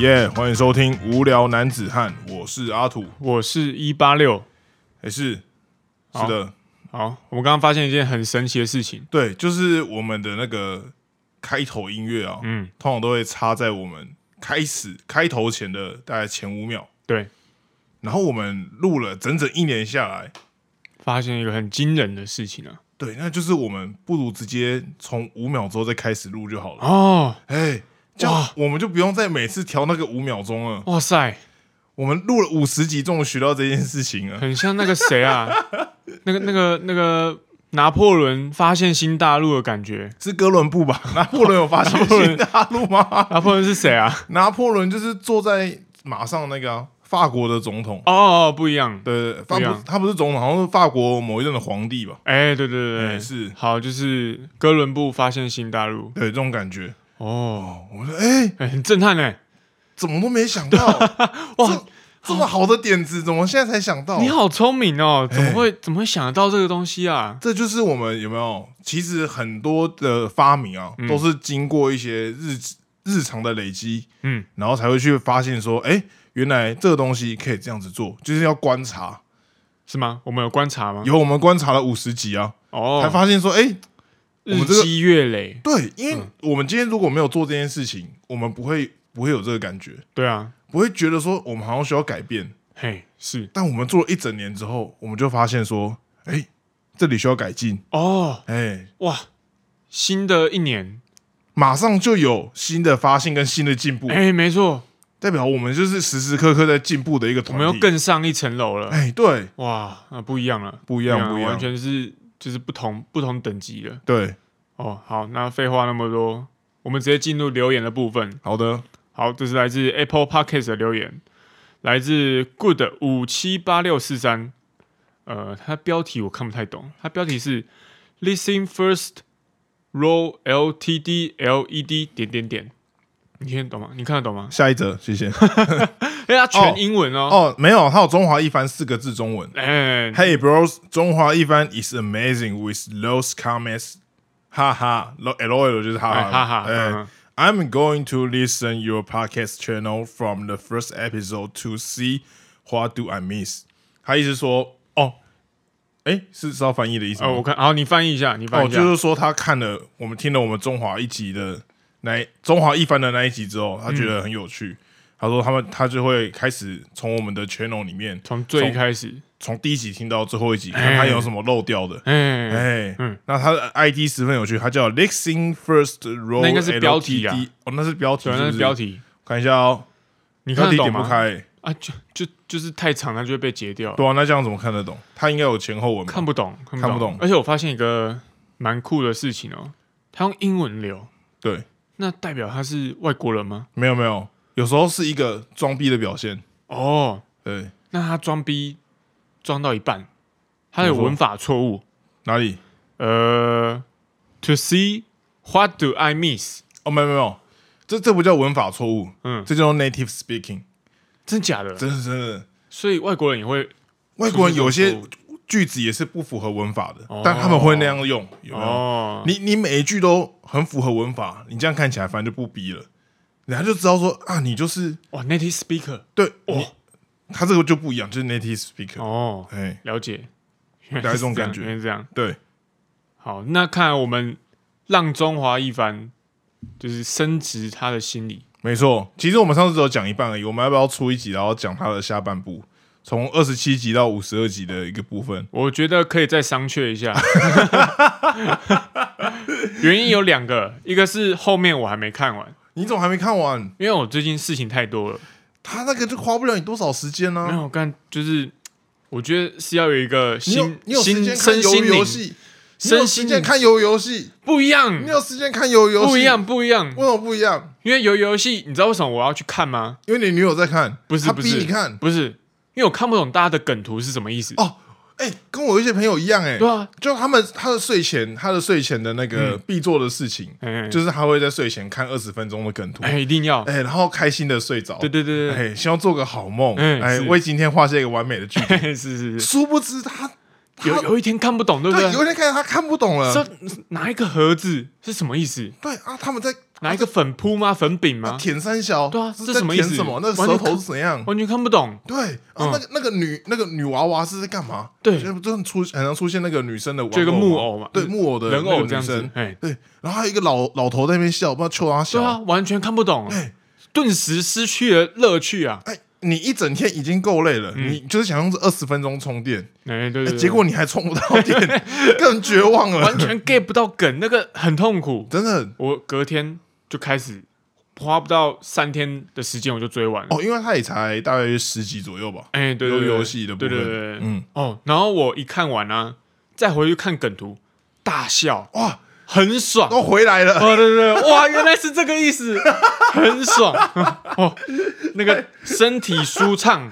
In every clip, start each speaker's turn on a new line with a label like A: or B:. A: 耶欢迎收听《无聊男子汉》，我是阿土，
B: 我是一八六。
A: 也是，是
B: 好
A: 的，
B: 好，我们刚刚发现一件很神奇的事情，
A: 对，就是我们的那个开头音乐啊，
B: 嗯，
A: 通常都会插在我们开始开头前的大概前五秒，
B: 对，
A: 然后我们录了整整一年下来，
B: 发现一个很惊人的事情啊！
A: 对，那就是我们不如直接从五秒之后再开始录就好了，
B: 哦，
A: 哎、这样
B: 哇
A: 我们就不用再每次调那个五秒钟了。
B: 哇塞，
A: 我们录了五十集，终于学到这件事情了。
B: 很像那个 谁啊，那个那个那个拿破仑发现新大陆的感觉。
A: 是哥伦布 吧？拿破仑有发现新大陆吗？
B: 拿破仑是谁啊？
A: 拿破仑就是坐在马上那个啊、法国的总统，
B: 哦哦，哦不一样。
A: 对，法
B: 不一
A: 不
B: 样
A: 是他不是总统，好像是法国某一任的皇帝吧？
B: 哎，对对对
A: 对，
B: 对，
A: 是，
B: 好，就是哥伦布发现新大陆。
A: 对这种感觉。
B: 哦，
A: 我们说，哎、
B: 哎，很震撼哎！
A: 怎么都没想 到，哇，这么好的点子，怎么现在才想到？
B: 你好聪明哦，
A: 哎
B: 怎么会怎么会想得到这个东西啊？
A: 这就是我们有没有？其实很多的发明啊，
B: 嗯
A: 都是经过一些日日常的累积，
B: 嗯，
A: 然后才会去发现说，哎、原来这个东西可以这样子做，就是要观察。
B: 是吗？我们有观察吗？
A: 有我们观察了五十集啊，才
B: 哦，
A: 发现说，哎、我
B: 日
A: 们这个
B: 积月累。
A: 对，因
B: 嗯
A: 为我们今天如果没有做这件事情，我们不会不会有这个感觉，
B: 对啊，
A: 不会觉得说我们好像需要改变。
B: 嘿，是
A: 但我们做了一整年之后，我们就发现说，哎、这里需要改进，
B: 哦，
A: 哎、
B: 哇，新的一年，
A: 马上就有新的发现跟新的进步，
B: 哎、没错，
A: 代表我们就是时时刻刻在进步的一个
B: 我
A: 团体。
B: 们又更上一层楼了，
A: 哎、对，
B: 哇，那不一样了，啊
A: 不一样，不一
B: 完
A: 样，
B: 全是就是不同不同等级了。
A: 对，
B: 哦，好，那废话那么多，我们直接进入留言的部分。
A: 好的，
B: 好，这是来自 Apple Podcast 的留言，来自 Good 五七八六四三。呃，它标题我看不太懂，它标题是 Listen First Roll LTD LED E 点点点，你听得懂吗？你看得懂吗？
A: 下一则， 谢谢。
B: 哎、它全英文哦。
A: 哦，没有，它有中华一番四个字中文。
B: 哎、
A: Hey bros，中华一番 is amazing with those comments，哈哈，L L 就是哈
B: 哎
A: 哈，
B: 哈哈，
A: 哎
B: 嗯
A: I'm going to listen your podcast channel from the first episode to see what do I miss。他意思说，哦，哎，是是要翻译的意思吗？
B: 哦，我看，好，你翻译一下，你翻
A: 哦，
B: 译一啊下，
A: 就是说他看了我们听了我们中华一集的那一中华一番的那一集之后，他觉得很有
B: 嗯
A: 趣。他说他们他就会开始从我们的 channel 里面，
B: 从最一开始，
A: 从第一集听到最后一集，看
B: 哎
A: 他有什么漏掉的。
B: 哎、
A: 哎，
B: 嗯
A: 那他的 ID 十分有趣，他叫 Lexing First Row，
B: 那应该是标题啊
A: LTD 哦，那是标题，
B: 对，那
A: 不
B: 是标题，
A: 看一下哦，
B: 你
A: 你
B: 看得懂
A: 点不
B: 吗？
A: 开，
B: 啊，就就就是太长，它就会被截掉，
A: 对啊，那这样怎么看得懂？它应该有前后文吧？
B: 看不懂，看
A: 看不懂
B: 而且我发现一个蛮酷的事情哦，他用英文留，
A: 对，
B: 那代表他是外国人吗？
A: 没有没有，有时候是一个装逼的表现，
B: 哦，
A: 对，
B: 那他装逼装到一半，他有
A: 怎么说
B: 文法错误，
A: 哪里？
B: 呃，to see what do I miss？
A: 哦，没有没有，这这不叫文法错误，
B: 嗯，
A: 这叫 native speaking，
B: 真假的？
A: 真的真的，
B: 所以外国人也会
A: 外国人有
B: 出
A: 些
B: 现这种
A: 句子也是不符合文法的，
B: 哦
A: 但他们会那样用，有没有？
B: 哦，
A: 你你每一句都很符合文法，你这样看起来反正就不逼了，人家就知道说啊，你就是
B: 哇，native speaker
A: 对，你他这个就不一样，就是 native speaker，
B: 哦，
A: 哎，
B: 了解，
A: 大
B: 原
A: 概这
B: 来是
A: 种感
B: 样
A: 觉
B: 原来是这样。
A: 对，
B: 好，那看来我们让中华一番就是升值他的心理，
A: 没错。其实我们上次只有讲一半而已，我们要不要出一集，然后讲他的下半部，从二十七集到五十二集的一个部分？
B: 我觉得可以再商榷一下。 原因有两个，一个是后面我还没看完，
A: 你怎么还没看完？
B: 因为我最近事情太多了，
A: 他那个就花不了你多少时间啊呢、
B: 没有干，就是我觉得是要有一个
A: 你有
B: 新
A: 你有时
B: 新
A: 间看
B: 身
A: 游
B: 心
A: 游
B: 灵
A: 戏，你有
B: 身
A: 时
B: 心
A: 间
B: 灵
A: 看游游戏，
B: 不一样
A: 你，有时间看游游戏，
B: 不一，样，不一样，
A: 为什么不一样？
B: 因为游游戏，你知道为什么我要去看吗？
A: 因为你女友在看，
B: 不是
A: 她
B: 不
A: 逼
B: 是
A: 你看
B: 不是，因为我看不懂大家的梗图是什么意思。
A: 哦。哎、跟我一些朋友一样、哎，
B: 对啊，嗯
A: 就他们他的睡前，他的睡前的那个必做的事情，
B: 哎
A: 就是他会在睡前看二十分钟的梗图，哎、
B: 哎，一定要，
A: 然后开心的睡着，
B: 对对对对
A: 哎、希望做个好梦，哎、
B: 嗯是
A: 为今天画下一个完美的句 点。
B: 对，是是是，
A: 殊不知他他
B: 有有一天看不懂，对不
A: 对
B: 对？
A: 呃有一天看见他看不懂了，
B: 这哪一个盒子是什么意思？
A: 对啊，他们在
B: 哪一个粉扑吗？粉饼吗？
A: 舔三小，
B: 对啊
A: 是
B: 这
A: 在
B: 什么意
A: 舔
B: 思
A: 什么？那个
B: 完
A: 舌
B: 全
A: 头
B: 看
A: 是怎样？
B: 完全看不懂。
A: 对啊，
B: 嗯
A: 那个那个女那个女娃娃是在干嘛？
B: 对
A: 就就很出很常出现那个女生的玩偶嘛，
B: 就一个木偶嘛
A: 对木偶的
B: 人
A: 那个
B: 偶这样
A: 女
B: 子
A: 生，
B: 哎，
A: 对，然后还有一个老老头在那边笑，不知道秋他
B: 对
A: 笑
B: 啊，。完全看不懂，顿时失去了乐趣啊！
A: 哎，你一整天已经够累了，你就是想用这二十分钟充电，
B: 哎，嗯对对
A: 哎
B: 对
A: 结果你还充不到电， 更绝望了。
B: 完全 get 不到梗，那个很痛苦。
A: 真的
B: 我隔天就开始花不到三天的时间，我就追完了。
A: 哦，因为他也才大约十集左右吧，
B: 哎、对对对，
A: 有游戏的部
B: 对
A: 分
B: 对对，嗯
A: 嗯，
B: 哦，然后我一看完啊，再回去看梗图，大笑，
A: 哇，
B: 很爽。
A: 都回来了。
B: 哦，对对对，哇，原来是这个意思， 很爽哦，那
A: 哎
B: 个身体舒 畅，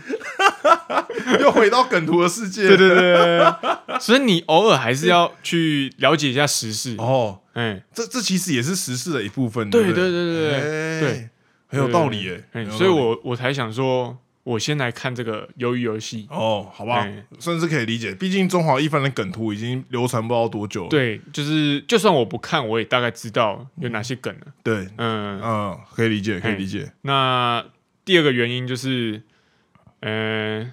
A: 又回到梗图的世界。
B: 对对对对，对所以你偶尔还是要去了解一下时事，
A: 哦，
B: 哎，
A: 这这其实也是时事的一部分。
B: 对
A: 不对
B: 对对对对
A: 哎
B: 对，
A: 很有道理耶。
B: 哎
A: 很有道理
B: 所以我我才想说，我先来看这个鱿鱼游戏，
A: 哦，好吧
B: 哎，
A: 甚至可以理解，毕竟中华一番的梗图已经流传不知道多久了。
B: 对，就是就算我不看，我也大概知道有哪些梗了，
A: 对，
B: 嗯，
A: 嗯，可以理解，可以
B: 哎
A: 理解。
B: 那第二个原因就是，嗯，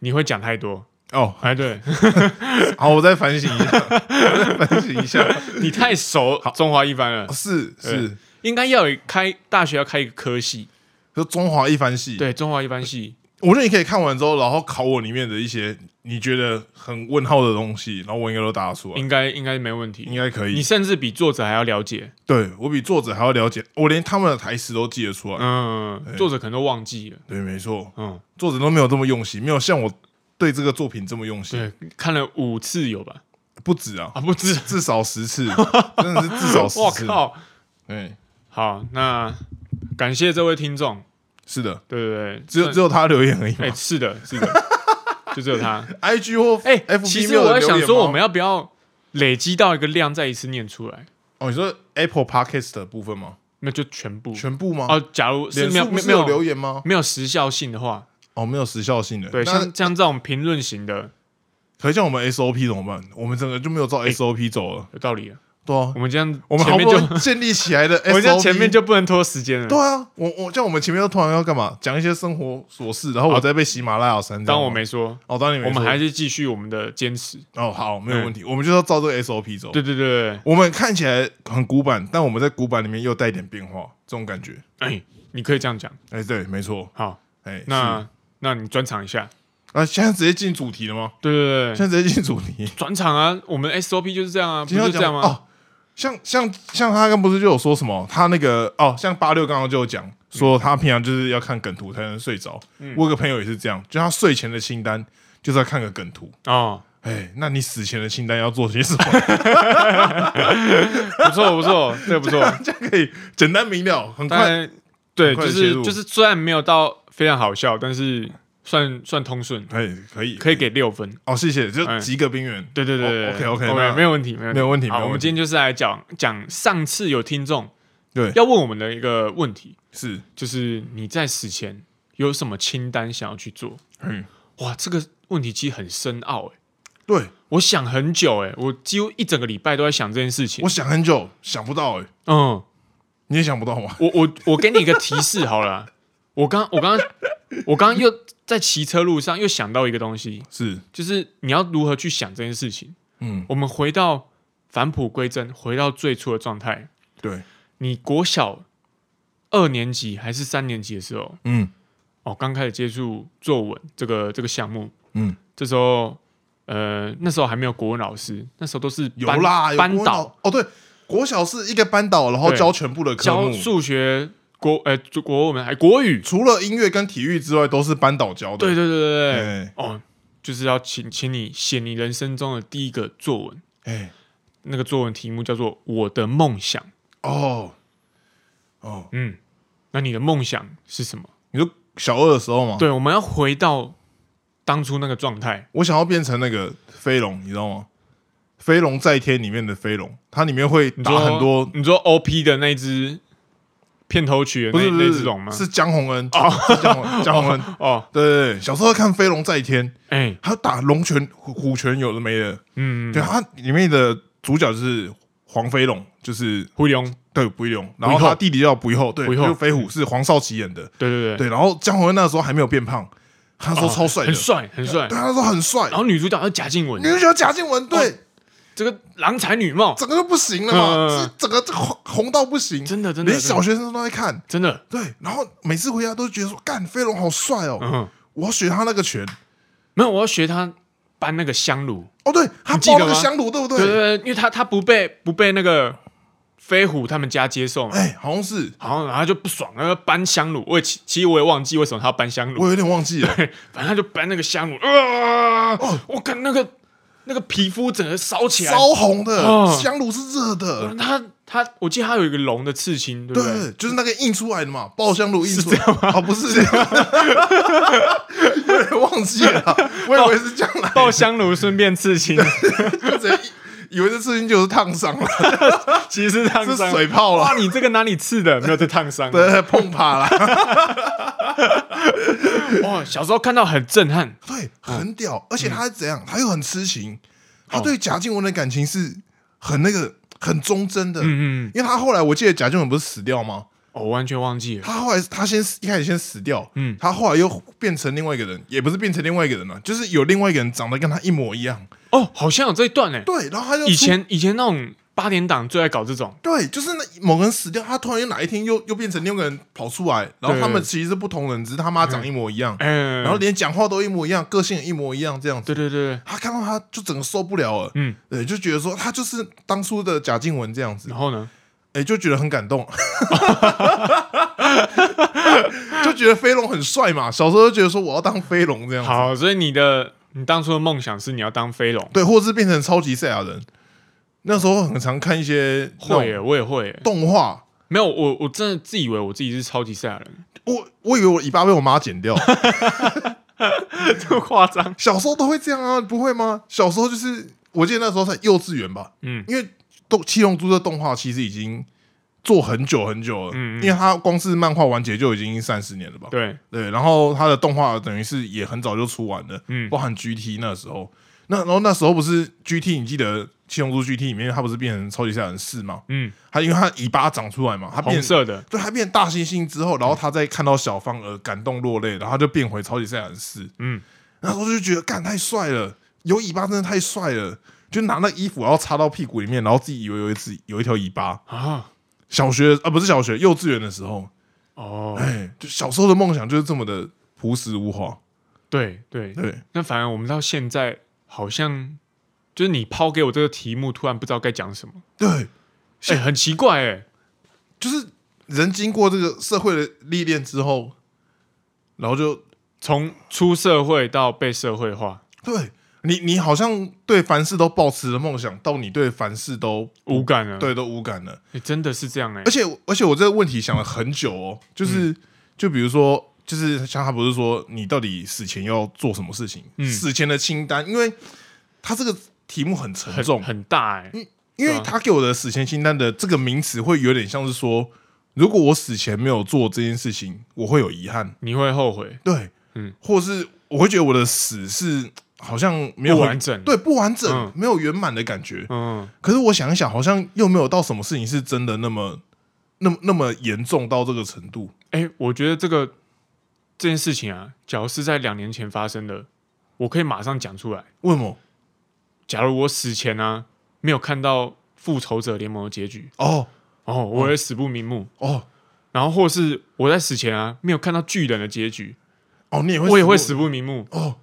B: 你会讲太多，
A: 哦，
B: 哎，对
A: 好，我再反省一下，我再反省一 下。 哦
B: 你太熟中华一番了，
A: 是是，
B: 应该要有开大学要开一个科系，
A: 就中华一番系。，
B: 对，中华一番系，
A: 我觉得你可以看完之后，然后考我里面的一些你觉得很问号的东西，然后我应该都答得出来，
B: 应该应该没问题
A: 应。该可以
B: 你。甚至比作者还要了解，
A: 对我比作者还要了解，我连他们的台词都记得出来。
B: 嗯，作者可能都忘记了，
A: 对，没错，
B: 嗯，
A: 作者都没有这么用心，没有像我对这个作品这么用心，
B: 对，看了五次有吧？
A: 不止啊，
B: 啊，不止，
A: 至少十次，真的是至少十
B: 我
A: 次。
B: 靠！
A: 对，
B: 好，那感谢这位听众，
A: 是的，
B: 对对对，
A: 只有只有他留言而已
B: 哎，
A: 嘛。
B: 是的， 是的，就只有他。
A: IG 或
B: 哎、
A: FB
B: 其
A: 没
B: 实
A: 有
B: 我在
A: 人留
B: 想
A: 言
B: 说，
A: 吗
B: 我们要不要累积到一个量，再一次念出来？
A: 哦，你说 Apple Podcast 的部分吗？
B: 那就全部。
A: 全部吗？
B: 哦，假如是
A: 脸
B: 没有
A: 书不
B: 没
A: 是有
B: 有
A: 留言吗？
B: 没有时效性的话，
A: 哦，没有时效性的。
B: 对，
A: 那
B: 像像这种评论型的，
A: 可像我们 SOP 怎么办？我们整个就没有照 SOP 走了。
B: 有道理啊。
A: 对啊
B: 我，们这样，
A: 我们好
B: 前
A: 不
B: 面就，
A: 容易建立起来的
B: 我
A: SOP，
B: 们这样前面就不能拖时间了。
A: 对啊，我我像我们前面都突然要干嘛？讲一些生活琐事，然后我再被喜马拉雅删掉。
B: 哦当我没说，
A: 哦，当你没
B: 我
A: 说，
B: 们还是继续我们的坚持。
A: 哦好，没有问题，我们就要照这个 SOP 走。
B: 对对对，对
A: 我们看起来很古板，但我们在古板里面又带一点变化，这种感觉。
B: 哎、你可以这样讲。
A: 哎，对，没错。
B: 好，
A: 哎，是
B: 那那你转场一下。
A: 啊，现在直接进主题了吗？
B: 对对对对，
A: 现在直接进主题。
B: 转场啊，我们 SOP 就是这样啊，不
A: 今天
B: 就
A: 要
B: 这样
A: 讲
B: 吗？
A: 哦，像像像他刚不是就有说什么？他那个哦，像八六刚刚就有
B: 嗯
A: 讲说，他平常就是要看梗图才能睡着。我有个朋友也是这样，就他睡前的清单就是要看个梗图。
B: 哦，
A: 哎，那你死前的清单要做些什么？
B: 哦不错不错，这个不错。
A: 这样可以简单明了，很
B: 当
A: 快。
B: 然，对，
A: 很快
B: 就
A: 地切
B: 是
A: 入
B: 就是，虽然没有到非常好笑，但是算算通顺，
A: 可以可以
B: 可以给六分。
A: 哦，谢谢，就
B: 哎
A: 及格边缘。
B: 对对对
A: 哦，OK OK，
B: OK，没有问题，没有
A: 没有问题没有
B: 好，我
A: 问
B: 们
A: 题
B: 今天就是来讲讲上次有听众
A: 对
B: 要问我们的一个问题，
A: 是
B: 就是你在死前有什么清单想要去做？
A: 嗯，
B: 哇，这个问题其实很深奥诶、
A: 对，
B: 我想很久诶、我几乎一整个礼拜都在想这件事情
A: 我。想很久想不到哎，
B: 嗯，
A: 你也想不到吗？
B: 我我我给你一个提示好了啊，我刚我刚我刚又在骑车路上又想到一个东西，
A: 是，
B: 就是你要如何去想这件事情。
A: 嗯，
B: 我们回到返璞归真，回到最初的状态。
A: 对，
B: 你国小二年级还是三年级的时候，
A: 嗯
B: 哦，刚开始接触作文这个这个项目，
A: 嗯，
B: 这时候呃那时候还没有国文老师，那时候都是
A: 有
B: 班
A: 啦，有
B: 班
A: 国
B: 导
A: 脑哦，对，国小是一个班导，然后
B: 对
A: 教全部的科
B: 教
A: 目，
B: 数学国呃国文还国语，
A: 除了音乐跟体育之外，都是班导教的。
B: 对对对对对。
A: 哎
B: 哦，就是要请请你写你人生中的第一个作文，
A: 哎
B: 那个作文题目叫做《我的梦想》。
A: 哦哦，
B: 嗯，那你的梦想是什么？
A: 你说小二的时候吗？，
B: 对，我们要回到当初那个状态。
A: 我想要变成那个飞龙，你知道吗？飞龙在天里面的飞龙，它里面会
B: 你
A: 打
B: 说
A: 很多，
B: 你说 OP 的那只片头曲的
A: 不
B: 那
A: 是不
B: 那只
A: 是
B: 龙吗？
A: 是江宏恩哦，是江宏恩江 宏恩，
B: 哦，
A: 对对对，小时候看飞龙在天，
B: 哎、
A: 他打龙拳、虎虎拳有的没的，
B: 嗯，
A: 对，它里面的主角就是黄飞龙，就是
B: 胡勇，
A: 对不一龙，然后他弟弟叫不一后，对，
B: 不一后
A: 就是飞虎是黄少祺演的，
B: 对对对，
A: 对，然后姜文那时候还没有变胖，他那时候
B: 哦
A: 超帅的，
B: 很帅很帅
A: 对，。他嗯那时候很帅
B: 然，后女主角叫贾静雯
A: 你，就觉得贾静雯对
B: 这个郎才女貌，
A: 整个就不行了嘛，
B: 嗯
A: 是整个就红红到不行，
B: 真的真的
A: 连小学生都在看，
B: 真的，
A: 对，然后每次回家都觉得说，干飞龙好帅哦，
B: 嗯，
A: 我要学他那个拳，
B: 没有，我要学他搬那个香炉，
A: 哦，对他
B: 你记得
A: 包那个
B: 吗
A: 香炉，对不
B: 对对对，因为他他不被不被那个飞虎他们家接受嘛，
A: 哎，好像是，
B: 好像然后他就不爽，然后搬香炉，我也其其实我也忘记为什么他要搬香炉
A: 我，有点忘记了，
B: 反正他就搬那个香炉，啊，
A: 哦
B: 我跟那个那个皮肤整个烧起来，
A: 烧红的
B: 哦
A: 香炉是热的，
B: 他他我记得他有一个龙的刺青，对不对？
A: 对，就是那个印出来的嘛，爆香炉印出来，哦，不是这样， 我有点忘记了，我以为是这样来
B: 爆香炉顺便刺青，
A: 的，直接以为这事情就是烫伤 了，
B: 其实是烫
A: 是
B: 伤。
A: 水泡了
B: 哇，。你这个哪里刺的？没有，这烫伤。
A: 对，碰趴啦，
B: 哇，小时候看到很震撼，
A: 对，很屌，而且他是怎样？他又很痴情，他对贾静雯的感情是很那个很忠贞的，
B: 嗯嗯，
A: 因为他后来我记得贾静雯不是死掉吗？
B: 哦我完全忘记了。
A: 他后来他先一开始先死掉，
B: 嗯
A: 他后来又变成另外一个人，也不是变成另外一个人了、就是有另外一个人长得跟他一模一样，
B: 哦，好像有这一段呢。
A: 对，然后他就
B: 以
A: 出
B: 前以前那种八点档最爱搞这种，
A: 对，就是那某个人死掉，他突然又哪一天又又变成另外一个人跑出来，然后
B: 对
A: 他们其实是不同人，只是他妈长一模一样，
B: 嗯，
A: 然后连讲话都一模一样，个性也一模一样，这样子，
B: 对对对，对
A: 他看到他就整个受不了了，
B: 嗯，
A: 对，就觉得说他就是当初的贾静雯这样子
B: 然，后呢？
A: 哎，就觉得很感动， 就觉得飞龙很帅嘛，小时候就觉得说我要当飞龙这样子。
B: 好，所以你的你当初的梦想是你要当飞龙，
A: 对，或是变成超级赛亚人。那时候很常看一些那种
B: 会耶，我也会耶。
A: 动画，
B: 没有，我我真的自以为我自己是超级赛亚人，
A: 我我以为我尾巴被我妈剪掉，
B: 这么夸张？
A: 小时候都会这样啊，不会吗？小时候就是，我记得那时候才幼稚园吧，
B: 嗯
A: 因为动《七龙珠》的动画其实已经做很久很久了，
B: 嗯嗯
A: 因为它光是漫画完结就已经三十年了吧，
B: 对，
A: 对，然后它的动画等于是也很早就出完了，
B: 嗯
A: 包含 GT 那时候，那然后那时候不是 GT，你记得《七龙珠》GT 里面它不是变成超级赛亚人四吗？
B: 嗯，
A: 它因为它尾巴长出来嘛，它
B: 红
A: 变
B: 色的，
A: 对，他变大猩猩之后，然后他再看到小芳而感动落泪，然后他就变回超级赛亚人四。
B: 嗯，
A: 那时候就觉得干太帅了，有尾巴真的太帅了，就拿那个衣服然后插到屁股里面，然后自己以为有一只有一条尾巴。
B: 啊，
A: 小学啊，不是小学，幼稚园的时候，
B: 哦，
A: 哎，就小时候的梦想就是这么的朴实无华。
B: 对对，
A: 对，
B: 那反而我们到现在好像就是你抛给我这个题目，突然不知道该讲什么，
A: 对，
B: 哎、很奇怪哎、
A: 就是人经过这个社会的历练之后，然后就
B: 从出社会到被社会化，
A: 对你，你好像对凡事都抱持了梦想，到你对凡事都
B: 无感了，
A: 对都无感了。
B: 哎、真的是这样哎、
A: 而且而且我这个问题想了很久哦，
B: 嗯
A: 就是、就比如说，就是像他不是说你到底死前要做什么事情，
B: 嗯
A: 死前的清单，因为他这个题目很沉
B: 很
A: 重，
B: 很大哎、
A: 因
B: 对
A: 为
B: 啊
A: 他给我的死前清单的这个名词会有点像是说，如果我死前没有做这件事情，我会有遗憾，
B: 你会后悔，
A: 对，
B: 嗯，
A: 或是我会觉得我的死是好像没有
B: 不
A: 很
B: 完整
A: 对，不完整，
B: 嗯
A: 没有圆满的感觉，
B: 嗯，
A: 可是我想一想，好像又没有到什么事情是真的那么、那么、那么严重到这个程度。
B: 哎、我觉得这个这件事情啊，假如是在两年前发生的，我可以马上讲出来。
A: 为什么？
B: 假如我死前呢、啊、没有看到复仇者联盟的结局，
A: 哦
B: 哦，我也死不瞑目。
A: 哦
B: 然后或是我在死前啊没有看到巨人的结局，
A: 哦，你也会，
B: 我也会死不瞑目。
A: 哦。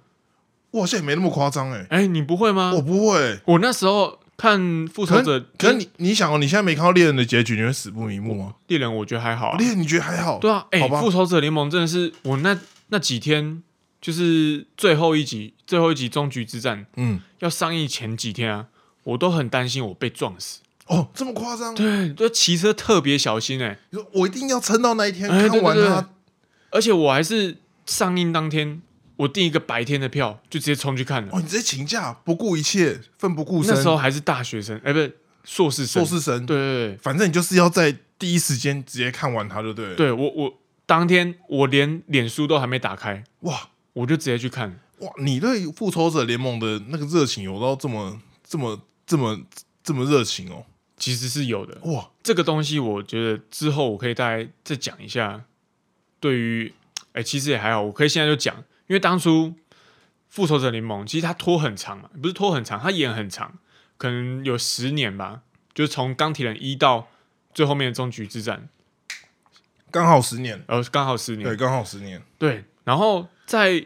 A: 我好像也没那么夸张哎，
B: 哎、你不会吗？
A: 我
B: 我
A: 不会欸、
B: 那时候看复
A: 可
B: 仇者
A: 是，可是你你想哦，你现在没看到猎人的结局，你会死不瞑目吗？
B: 猎人，我觉得还好、啊。
A: 猎人你觉得还好？
B: 对啊，哎、
A: 好吧
B: 复仇者联盟真的是我那那几天就是最后一集，最后一集终局之战
A: 嗯，
B: 要上映前几天啊，我都很担心我被撞死。
A: 哦，这么夸张？
B: 对，就骑车特别小心哎、
A: 你说我一定要撑到那一天
B: 哎
A: 看完啊
B: 对对对
A: 它。
B: 而且我还是上映当天，我订一个白天的票，就直接冲去看了。
A: 哦，你直接请假，不顾一切，奋不顾身
B: 那。时候还是大学生，哎、不是硕士生，
A: 硕士生，
B: 对对对，
A: 反正你就是要在第一时间直接看完它就对了。，
B: 对我我当天我连脸书都还没打开，
A: 哇，
B: 我就直接去看。
A: 哇，你对复仇者联盟的那个热情有到这么这么这么这么热情哦？
B: 其实是有的。
A: 哇，
B: 这个东西，我觉得之后我可以大概再讲一下。对于，哎，其实也还好，我可以现在就讲，因为当初《复仇者联盟》其实它拖很长嘛，不是拖很长，它演很长，可能有十年吧，就是从钢铁人一到最后面的终局之战，
A: 刚好十年，
B: 然后刚好十年。
A: 对，刚好十年。
B: 对，然后在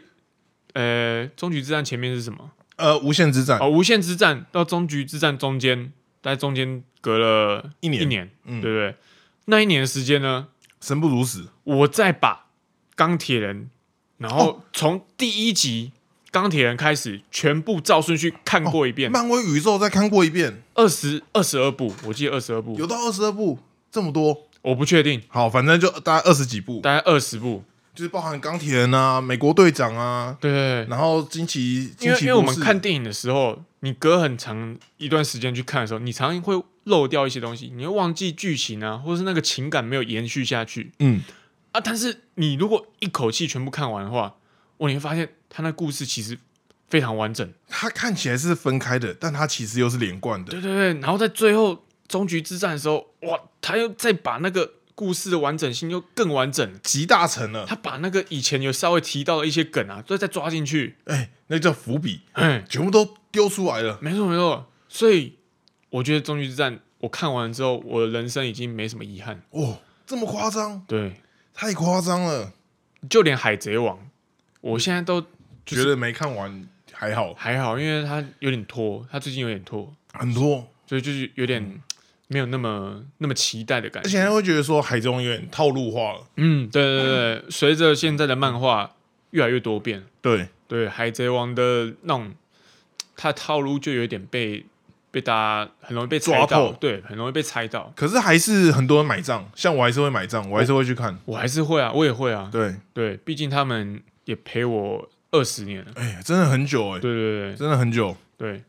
B: 呃终局之战前面是什么？
A: 呃，无限之战，
B: 哦，无限之战到终局之战中间，在中间隔了
A: 一年
B: 一年，
A: 嗯
B: 对不对？那一年的时间呢，
A: 生不如死。
B: 我再把钢铁人，然后从第一集钢铁人开始，全部照顺序看过一遍，
A: 漫威宇宙再看过一遍，
B: 二十二十二部，我记得二十二部，
A: 有到二十二部，这么多。
B: 我不确定，
A: 好，反正就大概二十几部，
B: 大概二十部，
A: 就是包含钢铁人啊、美国队长啊，
B: 对对对。
A: 然后惊奇
B: 因
A: 惊
B: 为
A: 奇
B: 因为我们
A: 博士
B: 看电影的时候，你隔很长一段时间去看的时候，你常常会漏掉一些东西，你会忘记剧情啊，或是那个情感没有延续下去。
A: 嗯，
B: 啊，但是你如果一口气全部看完的话，哇，你会发现他那故事其实非常完整。
A: 它看起来是分开的，但它其实又是连贯的。
B: 对对对，然后在最后终局之战的时候，哇，他又再把那个故事的完整性又更完整，
A: 集大成了，
B: 他把那个以前有稍微提到的一些梗啊，都再抓进去。
A: 哎、那叫伏笔，
B: 哎，
A: 全部都丢出来了。
B: 没错没错，所以我觉得终局之战我看完之后，我的人生已经没什么遗憾。
A: 哦，这么夸张，
B: 对，
A: 太夸张了，
B: 就连海贼王，我现在都就是
A: 觉得没看完还好，
B: 还好，因为他有点拖，他最近有点拖。
A: 很多，
B: 所以就是有点没有那么那么期待的感
A: 嗯而
B: 觉。
A: 且还会觉得说海中有点套路化了。
B: 嗯，对对对对，随着现在的漫画越来越多变，
A: 对，
B: 对《海贼王》的那种它的套路就有点被被大家很容易被猜
A: 抓
B: 到，
A: 透
B: 对，很容易被猜到。
A: 可是还是很多人买账，像我还是会买账，我还是会去看。
B: 我还是会啊，我也会啊，
A: 对，
B: 对，毕竟他们也陪我二十年了，
A: 哎、真的很久哎、
B: 对对对
A: 真的很久。
B: 对，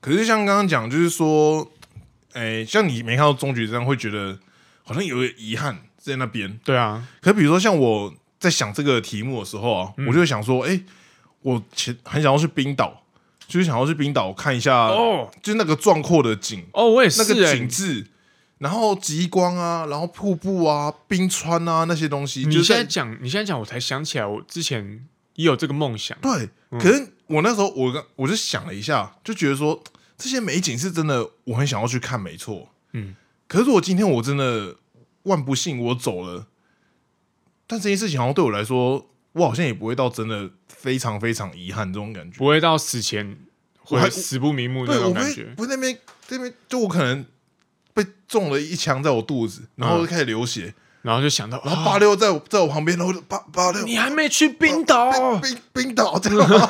A: 可是像刚刚讲，就是说，哎、像你没看到终局之战，会觉得好像有个遗憾在那边。
B: 对啊，
A: 可比如说像我在想这个题目的时候啊，我就会想说，哎、我前很想要去冰岛，就是想要去冰岛看一下，
B: 哦
A: 就是那个壮阔的景，
B: 哦，我也是、
A: 啊那
B: 欸，
A: 个景致，然后极光啊，然后瀑布啊、冰川啊那些东西，
B: 你
A: 就是
B: 现在讲，你现在讲，我才想起来，我之前也有这个梦想，
A: 对，
B: 嗯
A: 可是我那时候我刚我就想了一下，就觉得说这些美景是真的，我很想要去看，没错。
B: 嗯，
A: 可是如果今天我真的万不幸我走了，但这件事情好像对我来说，我好像也不会到真的非常非常遗憾这种感觉。
B: 不会到死前
A: 我
B: 会
A: 还
B: 死不瞑目
A: 对，
B: 那
A: 我
B: 种
A: 不
B: 感
A: 会
B: 觉。
A: 不会那边那边就我可能被中了一枪在我肚子，然
B: 嗯
A: 后就开始流血，
B: 然后就想到，
A: 然后
B: 啊
A: 八六在我在我旁边，然后我就八八六，
B: 你还没去冰岛，
A: 冰冰岛这样吗，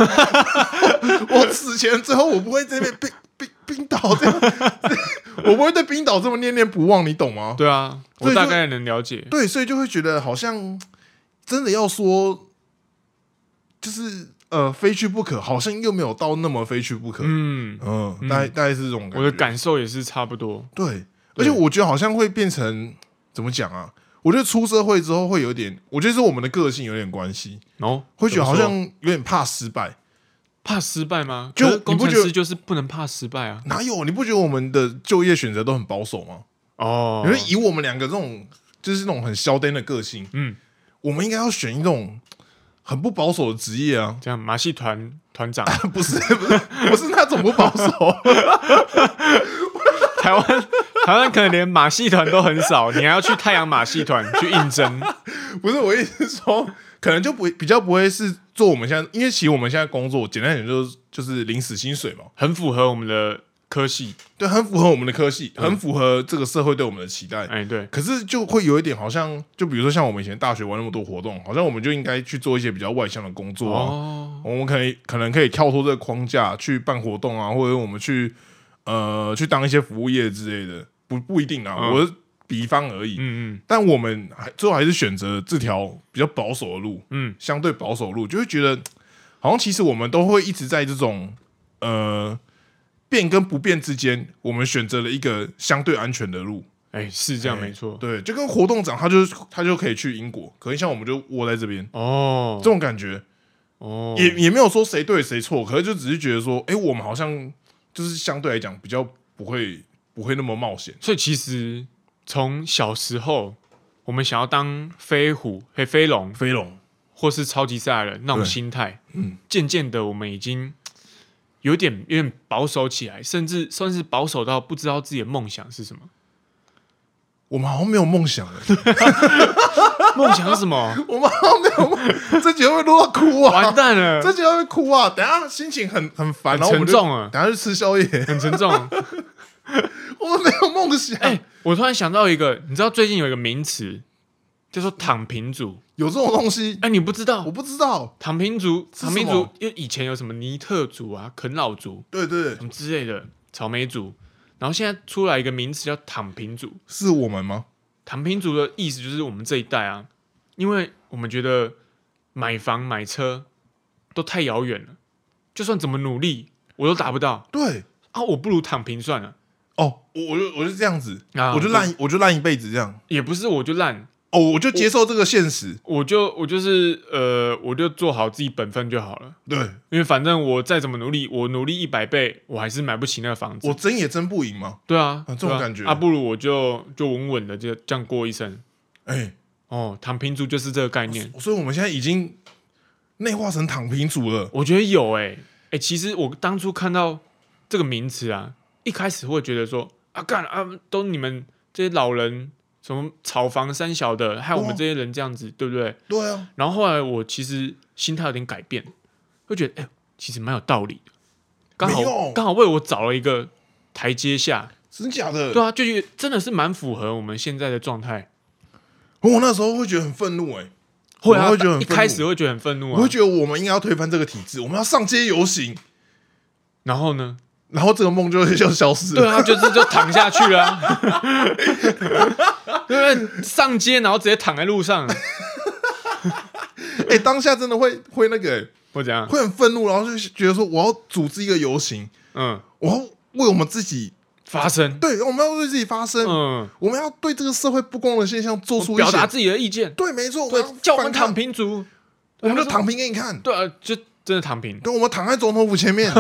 A: 我死前最后我不会这边冰冰冰岛这样， 我不会对冰岛这么念念不忘，你懂吗？
B: 对啊，
A: 所以就
B: 我大概能了解。
A: 对，所以就会觉得好像真的要说，就是呃非去不可，好像又没有到那么非去不可。嗯，
B: 嗯，
A: 大概大概是这种感觉。
B: 我的感受也是差不多。
A: 对，而
B: 对
A: 且我觉得好像会变成怎么讲啊？我觉得出社会之后会有点，我觉得是我们的个性有点关系，
B: 哦，
A: 会觉得好像
B: 怎么说
A: 有点怕失败。
B: 怕失败吗？
A: 就
B: 可是
A: 你
B: 工
A: 不
B: 程
A: 觉得
B: 师就是不能怕失败啊。
A: 哪有？你不觉得我们的就业选择都很保守吗？
B: 哦
A: 你说以我们两个这种就是那种很嚣张的个性，
B: 嗯，！
A: 我们应该要选一种很不保守的职业啊
B: 这样马戏团团长，
A: 不是不是不是那种不保守，
B: 台湾台湾可能连马戏团都很少，你还要去太阳马戏团去 应征。
A: 不是我意思是说，可能就不比较不会是做我们现在，因为其实我们现在工作简单点就是就是领死薪水嘛，
B: 很符合我们的科系。
A: 对，很符合我们的科系，很符合这个社会对我们的期待。
B: 哎，对，
A: 可是就会有一点，好像就比如说像我们以前大学玩那么多活动，好像我们就应该去做一些比较外向的工作啊，
B: 哦，
A: 我们可以可能可以跳脱这个框架去办活动啊，或者我们去呃去当一些服务业之类的，不不一定啊，
B: 嗯
A: 我是比方而已。
B: 嗯
A: 但我们还最后还是选择这条比较保守的路，
B: 嗯
A: 相对保守的路，就会觉得好像其实我们都会一直在这种呃变跟不变之间，我们选择了一个相对安全的路。
B: 嗯，哎，是这样
A: 哎
B: 没错。
A: 对，就跟活动长他就他就可以去英国，可能像我们就窝在这边，
B: 哦
A: 这，种感觉。
B: 哦，
A: 也也没有说谁对谁错，可是就只是觉得说，哎、我们好像就是相对来讲比较不会不会那么冒险。
B: 所以其实从小时候，我们想要当飞虎、黑飞龙，
A: 飞龙，
B: 或是超级赛亚人那种
A: 对
B: 心态，
A: 嗯，
B: 渐渐的我们已经有点有点保守起来，甚至算是保守到不知道自己的梦想是什 么。
A: 我们好像没有梦想了，
B: 梦想是什么？
A: 我们好像没有梦，这集会不会录到哭啊！
B: 完蛋了，
A: 这集会不会哭啊！等一下心情很很烦，然后我
B: 沉
A: 们就
B: 重啊，
A: 等一下去吃宵夜。
B: 很沉重。
A: 我们没有梦想，
B: 哎、我突然想到一个，你知道最近有一个名词叫做“躺平族
A: 有这种东”，西
B: 哎、你不知
A: 我
B: 道
A: 不知道。
B: 躺平族，
A: 是
B: 躺平
A: 什
B: 族
A: 么
B: 因为以前有什么尼特族啊、啃老族
A: 对对
B: 什，么之类的，草莓族，然后现在出来一个名词叫“躺平族”。
A: 是我们吗？
B: 躺平族的意思就是我们这一代啊，因为我们觉得买房买车都太遥远了，就算怎么努力我都达不到
A: 对，
B: 啊，我不如躺平算了
A: 哦，我我就我就这样子，
B: 啊，
A: 我就烂，我就烂一辈子这样。
B: 也不是我就烂，
A: 哦，我就接受这个现实。
B: 我就我就是呃，我就做好自己本分就好了，
A: 对
B: 因为反正我再怎么努力，我努力一百倍，我还是买不起那个房子。
A: 我争也争不赢嘛。
B: 对啊，
A: 啊这种
B: 对啊
A: 感觉
B: 啊，不如我就就稳稳的就这样过一生。
A: 哎，
B: 哦，躺平族就是这个概念，
A: 所以我们现在已经内化成躺平族了。
B: 我觉得有哎、欸、欸其实我当初看到这个名词啊，一开始会觉得说啊干啊，都你们这些老人什么炒房三小的，害我们
A: 哦
B: 这些人这样子，对不对？
A: 对啊，
B: 然后后来我其实心态有点改变，会觉得哎、其实蛮有道理的，刚
A: 没有
B: 好刚好为我找了一个台阶下，
A: 真假的？
B: 对啊，就觉得真的是蛮符合我们现在的状态。
A: 我那时候会觉得很愤怒，哎，
B: 会啊，
A: 我会觉得很
B: 一
A: 愤怒
B: 开始会觉得很愤怒
A: 我
B: 啊
A: 会，觉得我们应该要推翻这个体制，我们要上街游行，
B: 然后呢，
A: 然后这个梦就 就消失
B: 对
A: 了。
B: 啊，就是就躺下去了、啊， 对不对？上街然后直接躺在路上，
A: 哎，当下真的会会那个，哎
B: 或怎样？
A: 会很愤怒，然后就觉得说我要组织一个游行，
B: 嗯，
A: 我要为我们自己，
B: 发声，
A: 对，我们要为自己发声，
B: 嗯，
A: 我们要对这个社会不公的现象做出一
B: 表达
A: 些。
B: 自己的意见，
A: 对，没错，
B: 对
A: 要，
B: 叫我们
A: 反抗
B: 躺，平族，
A: 我们就
B: 对
A: 躺平给你看。
B: 对啊，就真的躺平。
A: 对，我们躺在总统府前 面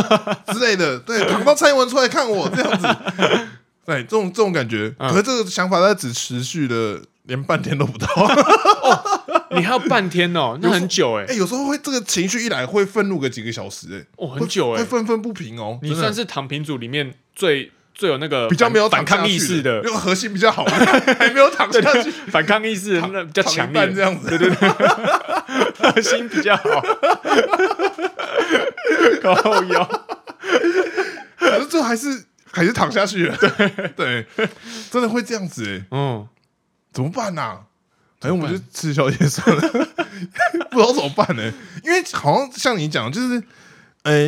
A: 之类的，对，躺到蔡英文出来看我这样子， 对，这种这种感觉。
B: 嗯
A: 可是这个想法它只持续了连半天都不到。
B: 你还有半天哦，那很久哎、
A: 哎，有时候会这个情绪一来会愤怒个几个小时，哎，
B: 哦，很久哎、
A: 会愤愤不平哦。
B: 你
A: 真的
B: 算是躺平组里面最最有那个
A: 比较没有
B: 反
A: 躺下
B: 抗意
A: 去
B: 识
A: 的，
B: 的
A: 因，为核心比较好， 还没有躺下去，
B: 反抗意识那比较
A: 躺
B: 强
A: 一
B: 烈
A: 半这
B: 的，
A: 样子。对对对，
B: 核 心比 较好，高腰。
A: 可是最后还是还是躺下去了。对对，真的会这样子哎。
B: 嗯，
A: 怎么办呐、啊？反正我
B: 么
A: 们
B: 办
A: 就吃宵夜算了， 不知道怎么办呢、因为好像像你讲，就是，呃，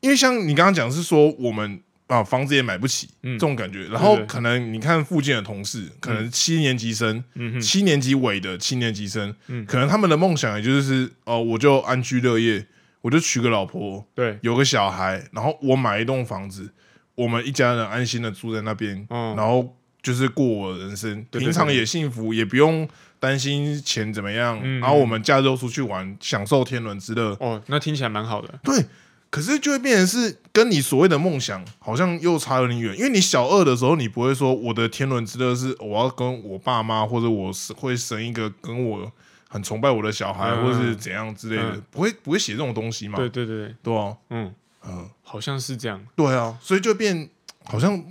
A: 因为像你刚刚讲是说我们啊房子也买不起，
B: 嗯
A: 这种感觉。然后
B: 对对
A: 可能你看附近的同事，可能七年级生，
B: 嗯哼
A: 七年级尾的七年级生，
B: 嗯
A: 可能他们的梦想也就是哦、我就安居乐业，我就娶个老婆，
B: 对，
A: 有个小孩，然后我买一栋房子，我们一家人安心的住在那边，
B: 嗯
A: 然后就是过我的人生，
B: 对对
A: 平常也幸福，也不用担心钱怎么样，
B: 嗯
A: 然后我们假日都出去玩，享受天伦之乐。
B: 哦，那听起来蛮好的。
A: 对，可是就会变成是跟你所谓的梦想好像又差了你远，因为你小二的时候，你不会说我的天伦之乐是我要跟我爸妈，或者我是会生一个跟我很崇拜我的小孩，
B: 嗯
A: 或者是怎样之类的，
B: 嗯
A: 不会不会写这种东西嘛？
B: 对对对，
A: 对啊，
B: 嗯，
A: 哦嗯。
B: 好像是这样。
A: 对啊，所以就变好像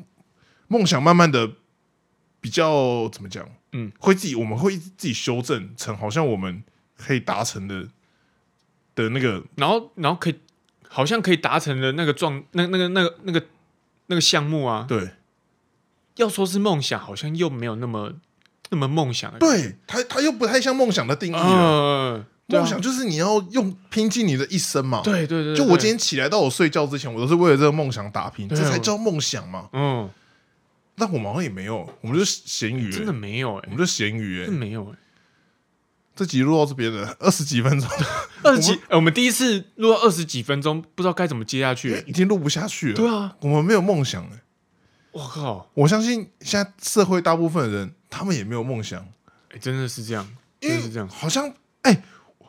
A: 梦想慢慢的比较怎么讲，
B: 嗯，
A: 会自己我们会自己修正成好像我们可以达成的的那个
B: 然后，然后可以，好像可以达成的那个状，那那个那个那个那个项目啊，
A: 对
B: 要说是梦想，好像又没有那么那么梦想的感觉。
A: 对，它它又不太像梦想的定义了。
B: 嗯，对啊
A: 梦想就是你要用拼尽你的一生嘛。，
B: 对对对，
A: 就我今
B: 天，
A: 天起来到我睡觉之前，我都是为了这个梦想打拼，
B: 对啊
A: 这才叫梦想嘛。
B: 嗯，
A: 但我们好像也没有，我们就咸鱼、
B: 真的没有
A: 我
B: 哎，
A: 们就咸鱼、
B: 真
A: 欸
B: 的。没有哎。
A: 这集录到这边了，二十几分钟，
B: 二十几，哎我们第一次录到二十几分钟，不知道该怎么接下去。欸
A: 已经录不下去了。
B: 对啊，
A: 我们没有梦想、欸
B: 我靠，
A: 我相信现在社会大部分人，他们也没有梦想，
B: 哎，真的是这样，
A: 因为
B: 真的是这样。
A: 好像哎、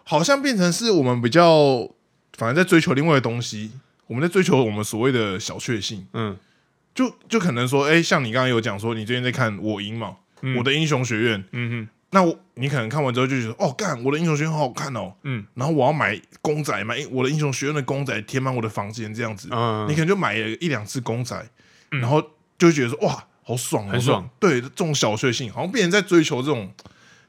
A: 好像变成是我们比较，反正在追求另外的东西，我们在追求我们所谓的小确幸，
B: 嗯，
A: 就就可能说，哎、像你刚刚有讲说，你最近在看《我赢》嘛，
B: 嗯
A: 我的英雄学院》，
B: 嗯
A: 那我你可能看完之后就觉得，哦，干，我的英雄学院好好看哦，
B: 嗯，
A: 然后我要买公仔，买我的英雄学院的公仔，填满我的房间这样子，
B: 哼，嗯，
A: 你可能就买了一两次公仔，然后就会觉得说，哇，好爽哦，
B: 很爽
A: 说，对，这种小确幸，好像变成在追求这种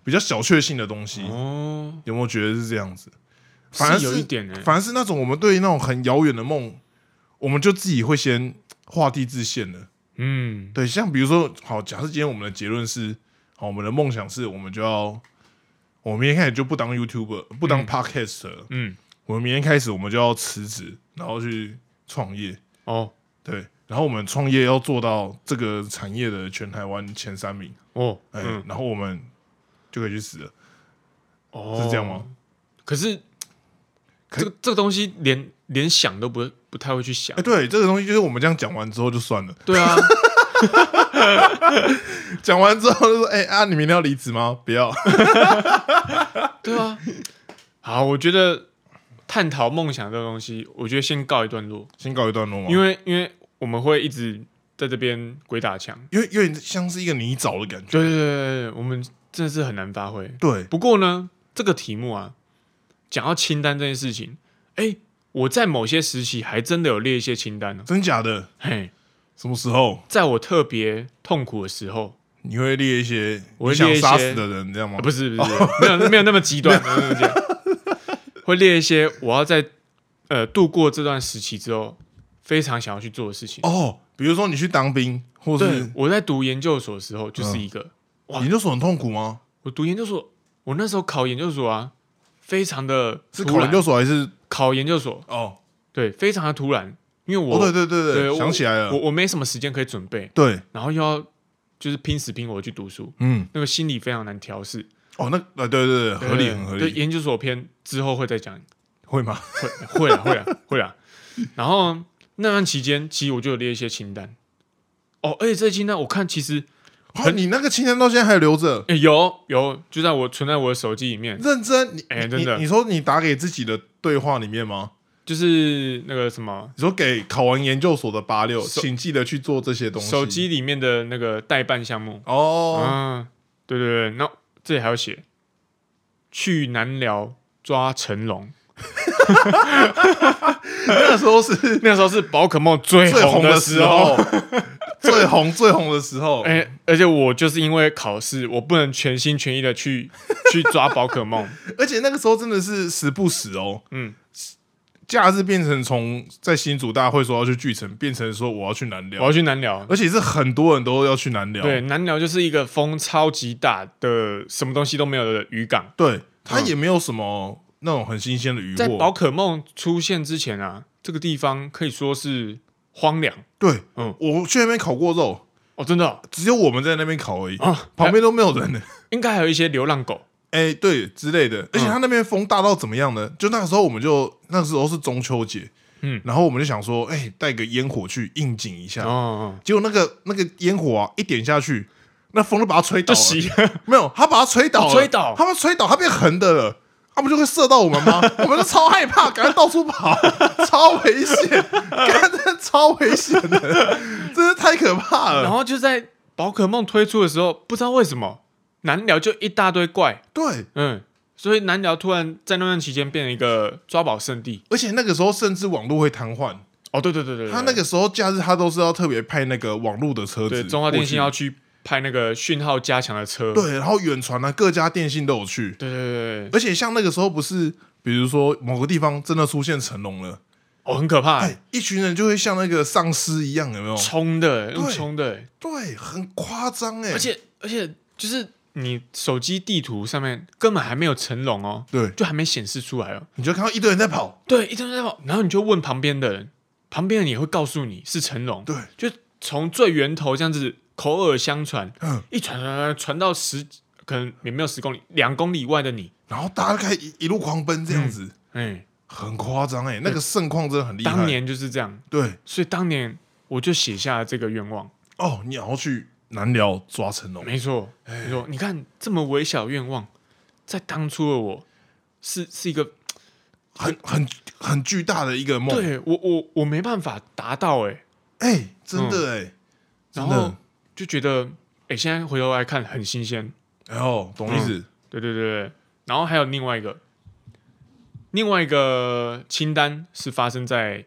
A: 比较小确幸的东西，
B: 哦，
A: 有没有觉得是这样子？反而
B: 是有
A: 是
B: 一点呢，
A: 反而是那种我们对于那种很遥远的梦，我们就自己会先画地自限了。
B: 嗯，
A: 对，像比如说，好，假设今天我们的结论是，好，我们的梦想是我们就要，我们明天开始就不当 YouTuber，不当
B: 嗯
A: Podcaster，、
B: 嗯，
A: 我们明天开始我们就要辞职，然后去创业。
B: 哦，
A: 对，然后我们创业要做到这个产业的全台湾前三名，
B: 哦，
A: 哎、
B: 嗯，
A: 然后我们就可以去死了，
B: 哦，
A: 是这样吗？
B: 可是，
A: 可
B: 这个这个东西连连想都不不太会去想
A: 哎、，对，这个东西就是我们这样讲完之后就算了，
B: 对 啊，
A: 讲完之后就说，哎、啊，你明天要离职吗？不要，
B: 对啊。好，我觉得探讨梦想这个东西，我觉得先告一段落，
A: 先告一段落嘛，
B: 因为因为我们会一直在这边鬼打墙。
A: 因为有点像是一个泥沼的感觉，
B: 对对对对，我们真的是很难发挥。
A: 对，
B: 不过呢，这个题目啊，讲到清单这件事情，哎，我在某些时期还真的有列一些清单呢、
A: 真假的，
B: 嘿，
A: 什么时候
B: 在我特别痛苦的时候，
A: 你会列一些
B: 我会
A: 你想
B: 列一
A: 杀
B: 些
A: 死的人，这样吗？
B: 啊，不是不是，没有没有那么极端，没有那么极端， 会列一些我要在呃度过这段时期之后非常想要去做的事情。
A: 哦，比如说你去当兵，或
B: 对
A: 是，嗯
B: 我在读研究所的时候就是一个，哇
A: 研究所很痛苦吗？
B: 我读研究所，我那时候考研究所啊，非常的
A: 是
B: 突
A: 考
B: 然
A: 研究所还是
B: 考研究所，
A: 哦？
B: 对，非常的突然，因为我、
A: 哦，对对对
B: 对我
A: 想起来了
B: 我，我没什么时间可以准备，
A: 对，
B: 然后又要就是拼死拼活去读书，
A: 嗯，
B: 那个心理非常难调试，
A: 哦，那呃，对对对，合理
B: 对
A: 很合
B: 对，
A: 理，
B: 研究所篇之后会再讲，
A: 会吗？
B: 会会啊会啊 会啊。然后那段期间，其实我就有列一些清单。哦，而且这些清单我看其实、
A: 哦，你那个清单到现在还留着，
B: 诶有有，就在我存在我的手机里面，
A: 认真？你
B: 哎
A: 你
B: 真的
A: 你你说你打给自己的对话里面吗？
B: 就是那个什么
A: 你说给考完研究所的八六，
B: 手
A: 请记得去做这些东西。
B: 手机里面的那个代办项目。
A: 哦，
B: 啊，对对对，那这里还有写去南寮抓成龙，
A: 那时候是
B: 那时候是宝可梦最
A: 最
B: 红
A: 红的
B: 时
A: 时候， 最红最红的时候。
B: 哎、而且我就是因为考试，我不能全心全意的去去抓宝可梦。
A: 而且那个时候真的是时不时哦，
B: 嗯，
A: 假日变成从在新竹大会说要去巨城，变成说我要去南
B: 我
A: 寮，
B: 要去南寮。
A: 而且是很多人都要去南寮。
B: 对，南寮就是一个风超级大的，什么东西都没有的渔港。
A: 对，它也没有什么那种很新鲜的鱼
B: 嗯在宝
A: 货。
B: 可梦出现之前啊，这个地方可以说是荒凉
A: 对，
B: 嗯
A: 我去那边烤过肉，
B: 哦，真的哦
A: 只有我们在那边烤而已，
B: 啊，
A: 旁边都没有人呢。
B: 还嗯应该还有一些流浪狗。
A: 哎、对之类的，而且他那边风大到怎么样呢？就那个时候我们就那时候是中秋节，
B: 嗯
A: 然后我们就想说，哎、带个烟火去应景一下。
B: 哦哦，
A: 结果那个那个烟火啊，一点下去，那风就把它吹倒
B: 就
A: 了。
B: 洗
A: 没有，他把它吹倒了，
B: 哦吹倒
A: 他们吹倒，他变横的了，他们就会射到我们吗？ 我们就超害怕，赶快到处跑， 超危险，干真的超危险的，真是太可怕
B: 然
A: 了。
B: 后就在宝可梦推出的时候，不知道为什么南寮就一大堆怪，
A: 对，
B: 嗯，所以南寮突然在那段期间变成一个抓宝圣地。
A: 而且那个时候甚至网络会瘫痪，
B: 哦，对对对对对，
A: 他那个时候假日他都是要特别派那个网络的车子，
B: 对中华电信要。去拍那个讯号加强的车。
A: 对，然后远传啊，各家电信都有去，
B: 对对对对，
A: 而且像那个时候不是，比如说某个地方真的出现成龙了，
B: 哦，很可怕，
A: 哎，一群人就会像那个丧尸一样，有没有？
B: 冲的用
A: 哦对
B: 冲的，
A: 对，很夸张哎，
B: 而且而且就是你手机地图上面根本还没有成龙哦，
A: 对，
B: 就还没显示出来哦。
A: 你就看到一堆人在跑，
B: 对，一直在跑，然后你就问旁边的人，旁边人也会告诉你是成龙。
A: 对，
B: 就从最源头这样子口耳相传，
A: 嗯
B: 一传传传传到十，可能也没有十公里，两公里以外的你，
A: 然后大家开始一一路狂奔这样子，
B: 哎、
A: 很夸张哎，那个盛况真的很厉害。
B: 当年就是这样，
A: 对
B: 所以当年我就写下了这个愿望。
A: 哦，你要去南寮抓成龙，
B: 没错，
A: 哎
B: 没错，你看这么微小的愿望，在当初的我是是一个，
A: 很很很巨大的一个梦，
B: 对我我我没办法达到、哎，
A: 哎，真的哎，真
B: 然后
A: 的
B: 就觉得，哎、现在回头来看很新鲜，
A: 然后哎懂意思，
B: 对对对对。然后还有另外一个，另外一个清单是发生在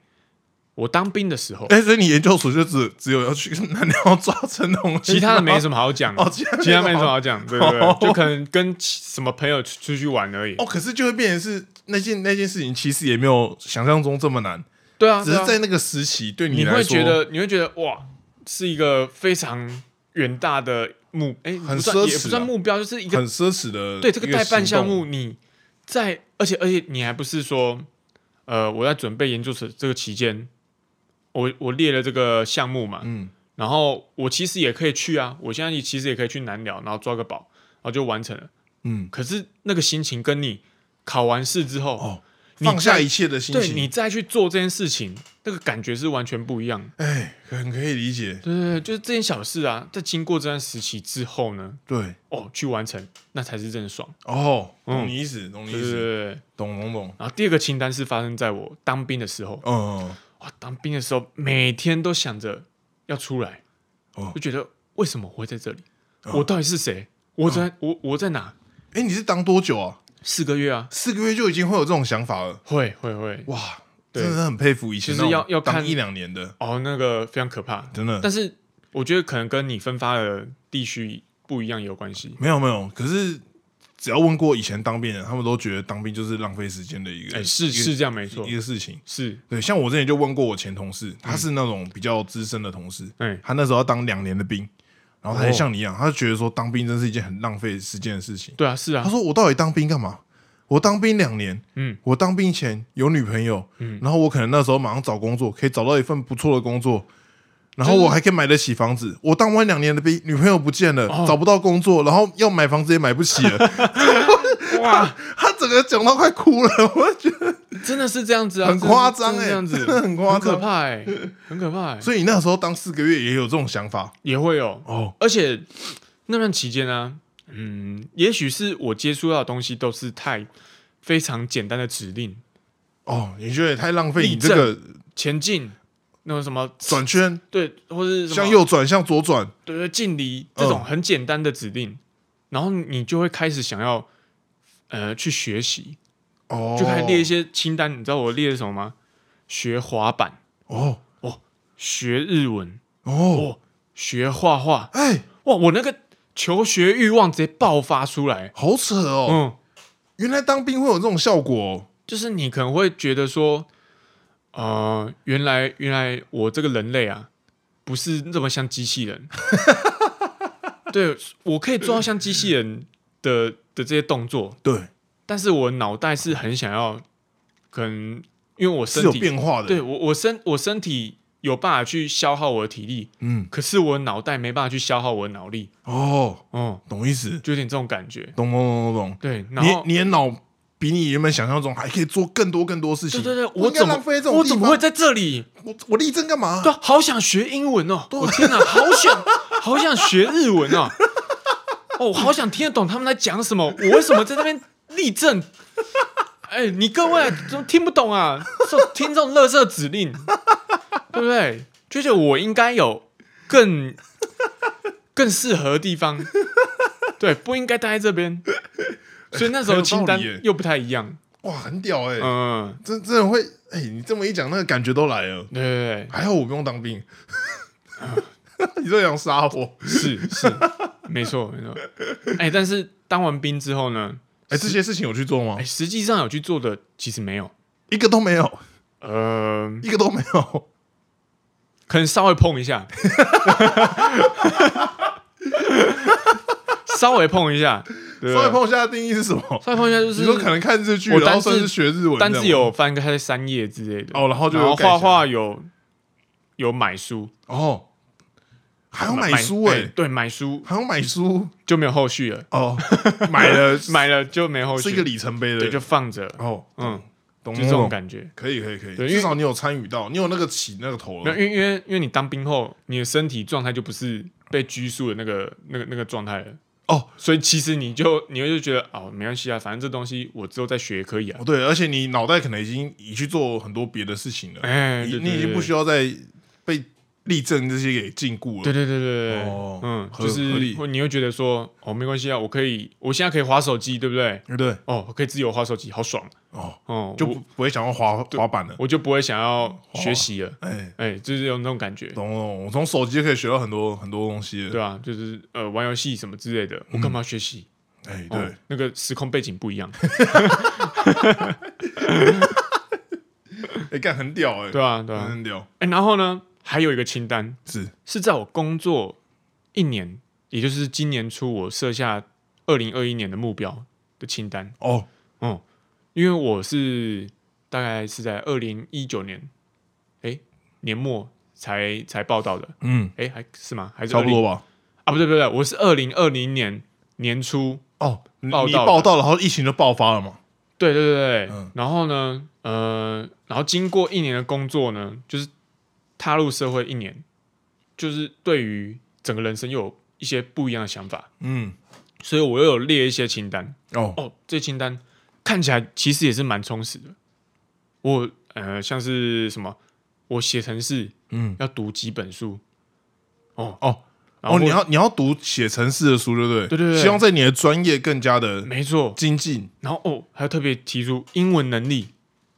B: 我当兵的时候，
A: 哎、所以你研究所就只只有要去南寮抓成 龙，
B: 其他的没
A: 么
B: 什么好讲，
A: 哦，其他
B: 其他没什么
A: 么
B: 好讲，对对
A: 哦
B: 对，就可能跟其什么朋友出出去玩而已。
A: 哦，可是就会变成是那件那件事情，其实也没有想象中这么难，
B: 对啊，
A: 只
B: 对
A: 是
B: 啊
A: 在那个时期对
B: 你
A: 来
B: 会
A: 说
B: 觉得你会觉得哇，是一个非常远大的目，哎、
A: 很
B: 不算
A: 奢侈
B: 也不算
A: 啊
B: 目标，就是一个
A: 很奢侈的，
B: 对这个代办项，目，你在而且而且你还不是说，呃，我在准备研究所这个期间，我我列了这个项目嘛，
A: 嗯，
B: 然后我其实也可以去啊，我现在其实也可以去南寮，然后抓个宝，然后就完成了。
A: 嗯，
B: 可是那个心情跟你考完试之后，
A: 哦
B: 你再
A: 放下一切的心
B: 对你
A: 情，
B: 再去做这件事情，那个感觉是完全不一样的。
A: 哎，很可以理解，
B: 对对对，就是这件小事啊，在经过这段时期之后呢，
A: 对，
B: 哦，去完成那才是真的爽。
A: 哦，
B: 嗯
A: 懂你意思，懂你
B: 对
A: 意
B: 对对
A: 思，
B: 对。对
A: 懂懂懂，
B: 然后第二个清单是发生在我当兵的时候，
A: 嗯，
B: 哇，当兵的时候每天都想着要出来，
A: 哦
B: 就觉得为什么我会在这里？
A: 哦
B: 我到底是谁？我在、我我在哪？
A: 哎，你是当多久啊？
B: 四个月啊，
A: 四个月就已经会有这种想法了，
B: 会会会，
A: 哇，
B: 对
A: 真的是很佩服以前
B: 就是要
A: 那种
B: 要看
A: 当一两年的，
B: 哦，那个非常可怕。
A: 真的，
B: 但是我觉得可能跟你分发的地区不一样也有关系。
A: 没有没有，可是只要问过以前当兵人，他们都觉得当兵就是浪费时间的一个，
B: 哎，是
A: 一个
B: 是这样没错
A: 一，个事情。
B: 是
A: 对，像我之前就问过我前同事，他是那种比较资深的同事，
B: 哎
A: 他那时候要当两年的兵，然后他也
B: 哦
A: 像你一样，他就觉得说当兵真是一件很浪费时间的事情。
B: 对啊是啊
A: 他，说我到底当兵干嘛？我当兵两年，
B: 嗯，
A: 我当兵前有女朋友，嗯，然后我可能那时候马上找工作，可以找到一份不错的工作，然后
B: 就是
A: 我还可以买得起房子。我当完两年的兵，女朋友不见了，
B: 哦
A: 找不到工作，然后要买房子也买不起了，
B: 哇，
A: 他整个讲到快哭了， 我觉得
B: 真的是这样子啊，
A: 很夸张
B: 哎、
A: 哎，
B: 这样子
A: 真 的很夸
B: 可
A: 张。
B: 怕哎、很可怕哎、
A: 所以你那时候当四个月也有这种想法
B: 也会有，
A: 哦，
B: 而且那段期间呢、嗯，也许是我接触到的东西都是太非常简单的指令，
A: 哦，你觉得也太浪费你
B: 立
A: 这个
B: 前进，那种什么
A: 转圈，
B: 对，或是什么
A: 向右转，向左转，
B: 对对近离这种
A: 嗯
B: 很简单的指令，然后你就会开始想要呃去学习，
A: 哦，
B: 就开始列一些清单。你知道我列了什么吗？学滑板，
A: 哦
B: 学日文，
A: 哦
B: 哦，学画画。
A: 哎，
B: 哇，我那个求学欲望直接爆发出来。
A: 好扯哦，
B: 嗯，
A: 原来当兵会有这种效果、哦，
B: 就是你可能会觉得说，呃，原来原来我这个人类啊，不是这么像机 器人。对，我可以做到像机器人的的这些动作，
A: 对，
B: 但是我脑袋是很想要，可能因为我
A: 是
B: 身
A: 有
B: 体
A: 变化的。
B: 对，我我身我身体有办法去消耗我的体力，
A: 嗯，
B: 可是我脑袋没办法去消耗我的脑力，
A: 哦，
B: 哦、
A: 懂意思，
B: 就有点这种感觉。
A: 懂懂懂懂
B: 对，然后
A: 懂。你你的脑比你原本想象中还可以做更多更多事情。
B: 对对对，
A: 不
B: 我
A: 应该
B: 怎么
A: 浪费这种
B: 我怎么会
A: 地
B: 在这里？
A: 方我我力争干嘛？
B: 对啊，好想学英文哦！我天哪，好想 好想学日文哦！哦，我好想听得懂他们在讲什么。我为什么在那边立正？ 哎，你各位怎么听不懂啊？这听这种垃圾指令，对不对？就是我应该有更更适合的地方，对，不应该待在这边。所以那时
A: 很有
B: 候
A: 道
B: 清单
A: 理耶
B: 又不太一样，
A: 哇，很屌哎、
B: 嗯，
A: 真真的会哎、你这么一讲，那个感觉都来了。
B: 对对
A: 还好我不用当兵， 你这想杀我？
B: 对，是是， 没错没错。哎，但是当完兵之后呢，
A: 哎、这些事情有去做吗
B: 哎，？实际上有去做的其实没有，
A: 一个都没有，
B: 呃，
A: 一个都没有。
B: 可能稍微碰一下， 稍微碰一下，对啊
A: 稍微，碰一下的定义是什么？
B: 稍微碰一下就
A: 你说可
B: 是
A: 能看日剧，
B: 我
A: 然后
B: 单字
A: 算是学日文这样吗，
B: 单字有翻开三页之类的，
A: 哦，然后就
B: 然后
A: 盖起来
B: 画画有有买书，
A: 哦，还要买书哎、
B: 对，买书
A: 还要买书
B: 就没有后续了，
A: 哦，买了
B: 买了就没后续，
A: 是一个里程碑的，
B: 对，就放着，
A: 哦，
B: 嗯，
A: 懂哦
B: 就这种
A: 觉，
B: 感觉。
A: 可以可以可以，
B: 对因为
A: 至少你有参与到，你有那个起那个头
B: 没有，
A: 了，
B: 因为因为因为你当兵后，你的身体状态就不是被拘束的那个那个那个状态了。
A: 哦，
B: 所以其实你就你会就觉得哦，没关系啊，反正这东西我之后再学也可以啊
A: 哦。对，而且你脑袋可能已经已去做很多别的事情了，
B: 哎，
A: 你
B: 对
A: 你已经不需
B: 要
A: 要再被例证这些给禁锢了。
B: 对对对对对，
A: 哦
B: 嗯，
A: 合
B: 就是
A: 合理
B: 会你会觉得说，哦，没关系啊，我可以，我现在可以划手机，对不对？
A: 对对
B: 哦，我可以自由划手机，好爽
A: 哦，
B: 哦，
A: 就
B: 我
A: 不不会想要滑滑板了。
B: 我就不会想要学习了，
A: 哎，
B: 哎、就是有那种感觉，
A: 懂懂懂，我从手机就可以学到很多很多东西了。
B: 对啊，就是呃玩游戏什么之类的，我干嘛学习？
A: 哎，
B: 哦
A: 对，
B: 那个时空背景不 一样，
A: 哎，干很屌哎，
B: 对啊，对啊，
A: 很屌，
B: 哎、然后呢，还有一个清单
A: 是
B: 是在我工作一年，也就是今年初我设下二零二一年的目标的清单，
A: 哦，
B: 因为我是大概是在二零一九年，哎、年末才才报道的，
A: 嗯，
B: 哎、还是吗？还是
A: 差不
B: 20
A: 多吧。
B: 啊？不对不对，我是二零二零年年初
A: 哦，你
B: 报
A: 你
B: 道的
A: 报道了，然后疫情就爆发了嘛？
B: 对对对对，
A: 嗯
B: 然后呢，呃，然后经过一年的工作呢，就是踏入社会一年，就是对于整个人生又有一些不一样的想法，
A: 嗯，
B: 所以我又有列一些清单。
A: 哦，
B: 哦，这清单看起来其实也是蛮充实的。我呃，像是什么，我写程式
A: 嗯，
B: 要读几本书，哦
A: 哦
B: 然后
A: 哦，你要你要读写程式的书，对不对？
B: 对对对
A: 希望在你的专业更加的
B: 没错，
A: 精进。
B: 然后哦，还有特别提出英文能力，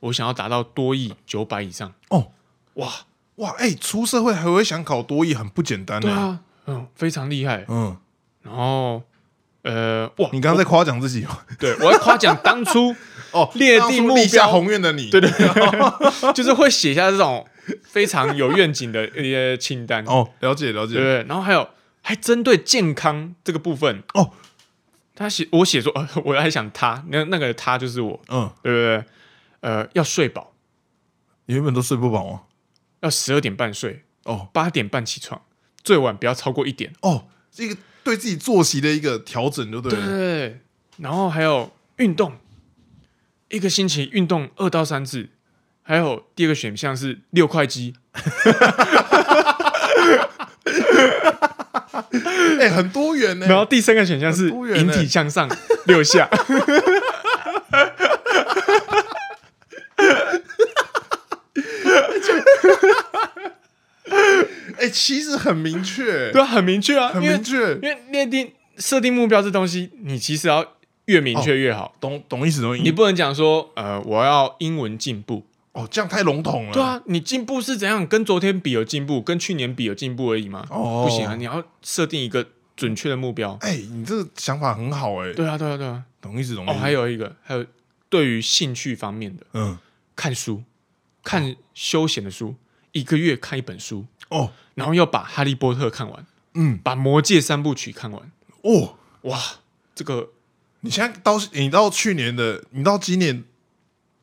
B: 我想要达到多亿九百以上。
A: 哦，
B: 哇，
A: 哇，哎，出社会还会想考多艺，很不简单
B: 对
A: 呢。
B: 啊，嗯，非常厉害。
A: 嗯，
B: 然后，呃，哇，
A: 你刚刚在夸奖自己吗？
B: 对我要夸奖当 初
A: 哦，
B: 哦列
A: 当
B: 定
A: 初
B: 目
A: 立下
B: 标，
A: 宏愿的你，
B: 对对，就是会写下这种非常有愿景的一些清单，
A: 哦，了解了
B: 对不
A: 解。
B: 对？然后还有还针对健康这个部分
A: 哦，
B: 他写我写说， 呃，我还想他，那那个他就是我，
A: 嗯，
B: 对不对？呃，要睡饱，
A: 你原本都睡不饱吗？
B: 要十二点半睡，
A: 哦
B: 八点半起床，最晚不要超过一点。
A: 哦，这个对自己作息的一个调整，就对
B: 对
A: 了。
B: 然后还有运动，一个星期运动二到三次，还有第二个选项是六块肌，
A: 哎，很多元呢。
B: 然后第三个选项是
A: 很多元
B: 引
A: 欸
B: 体向上 六下。
A: 哎，其实很明确，
B: 对啊，很明确啊，
A: 很
B: 因为
A: 明确
B: 因。为列定设定目标这东西，你其实要越明确越好。
A: 懂懂意思，懂意
B: 你
A: 思。
B: 不能讲说，呃，我要英文进步。
A: 哦，这样太笼统了。
B: 对，啊，你进步是怎样？跟昨天比有进步，跟去年比有进步而已吗？
A: 哦
B: 不行啊，你要设定一个准确的目标。
A: 哎，你这个想法很好哎，
B: 对啊，对啊，对啊。
A: 懂意思，懂意
B: 哦，
A: 思。
B: 还有一个，还有对于兴趣方面的，
A: 嗯，
B: 看书，看休闲的书，一个月看一本书，
A: 哦，
B: 然后要把《哈利波特》看完，
A: 嗯，
B: 把《魔戒》三部曲看完。
A: 哦，
B: 哇，这个
A: 你现在到你到去年的，你到今年，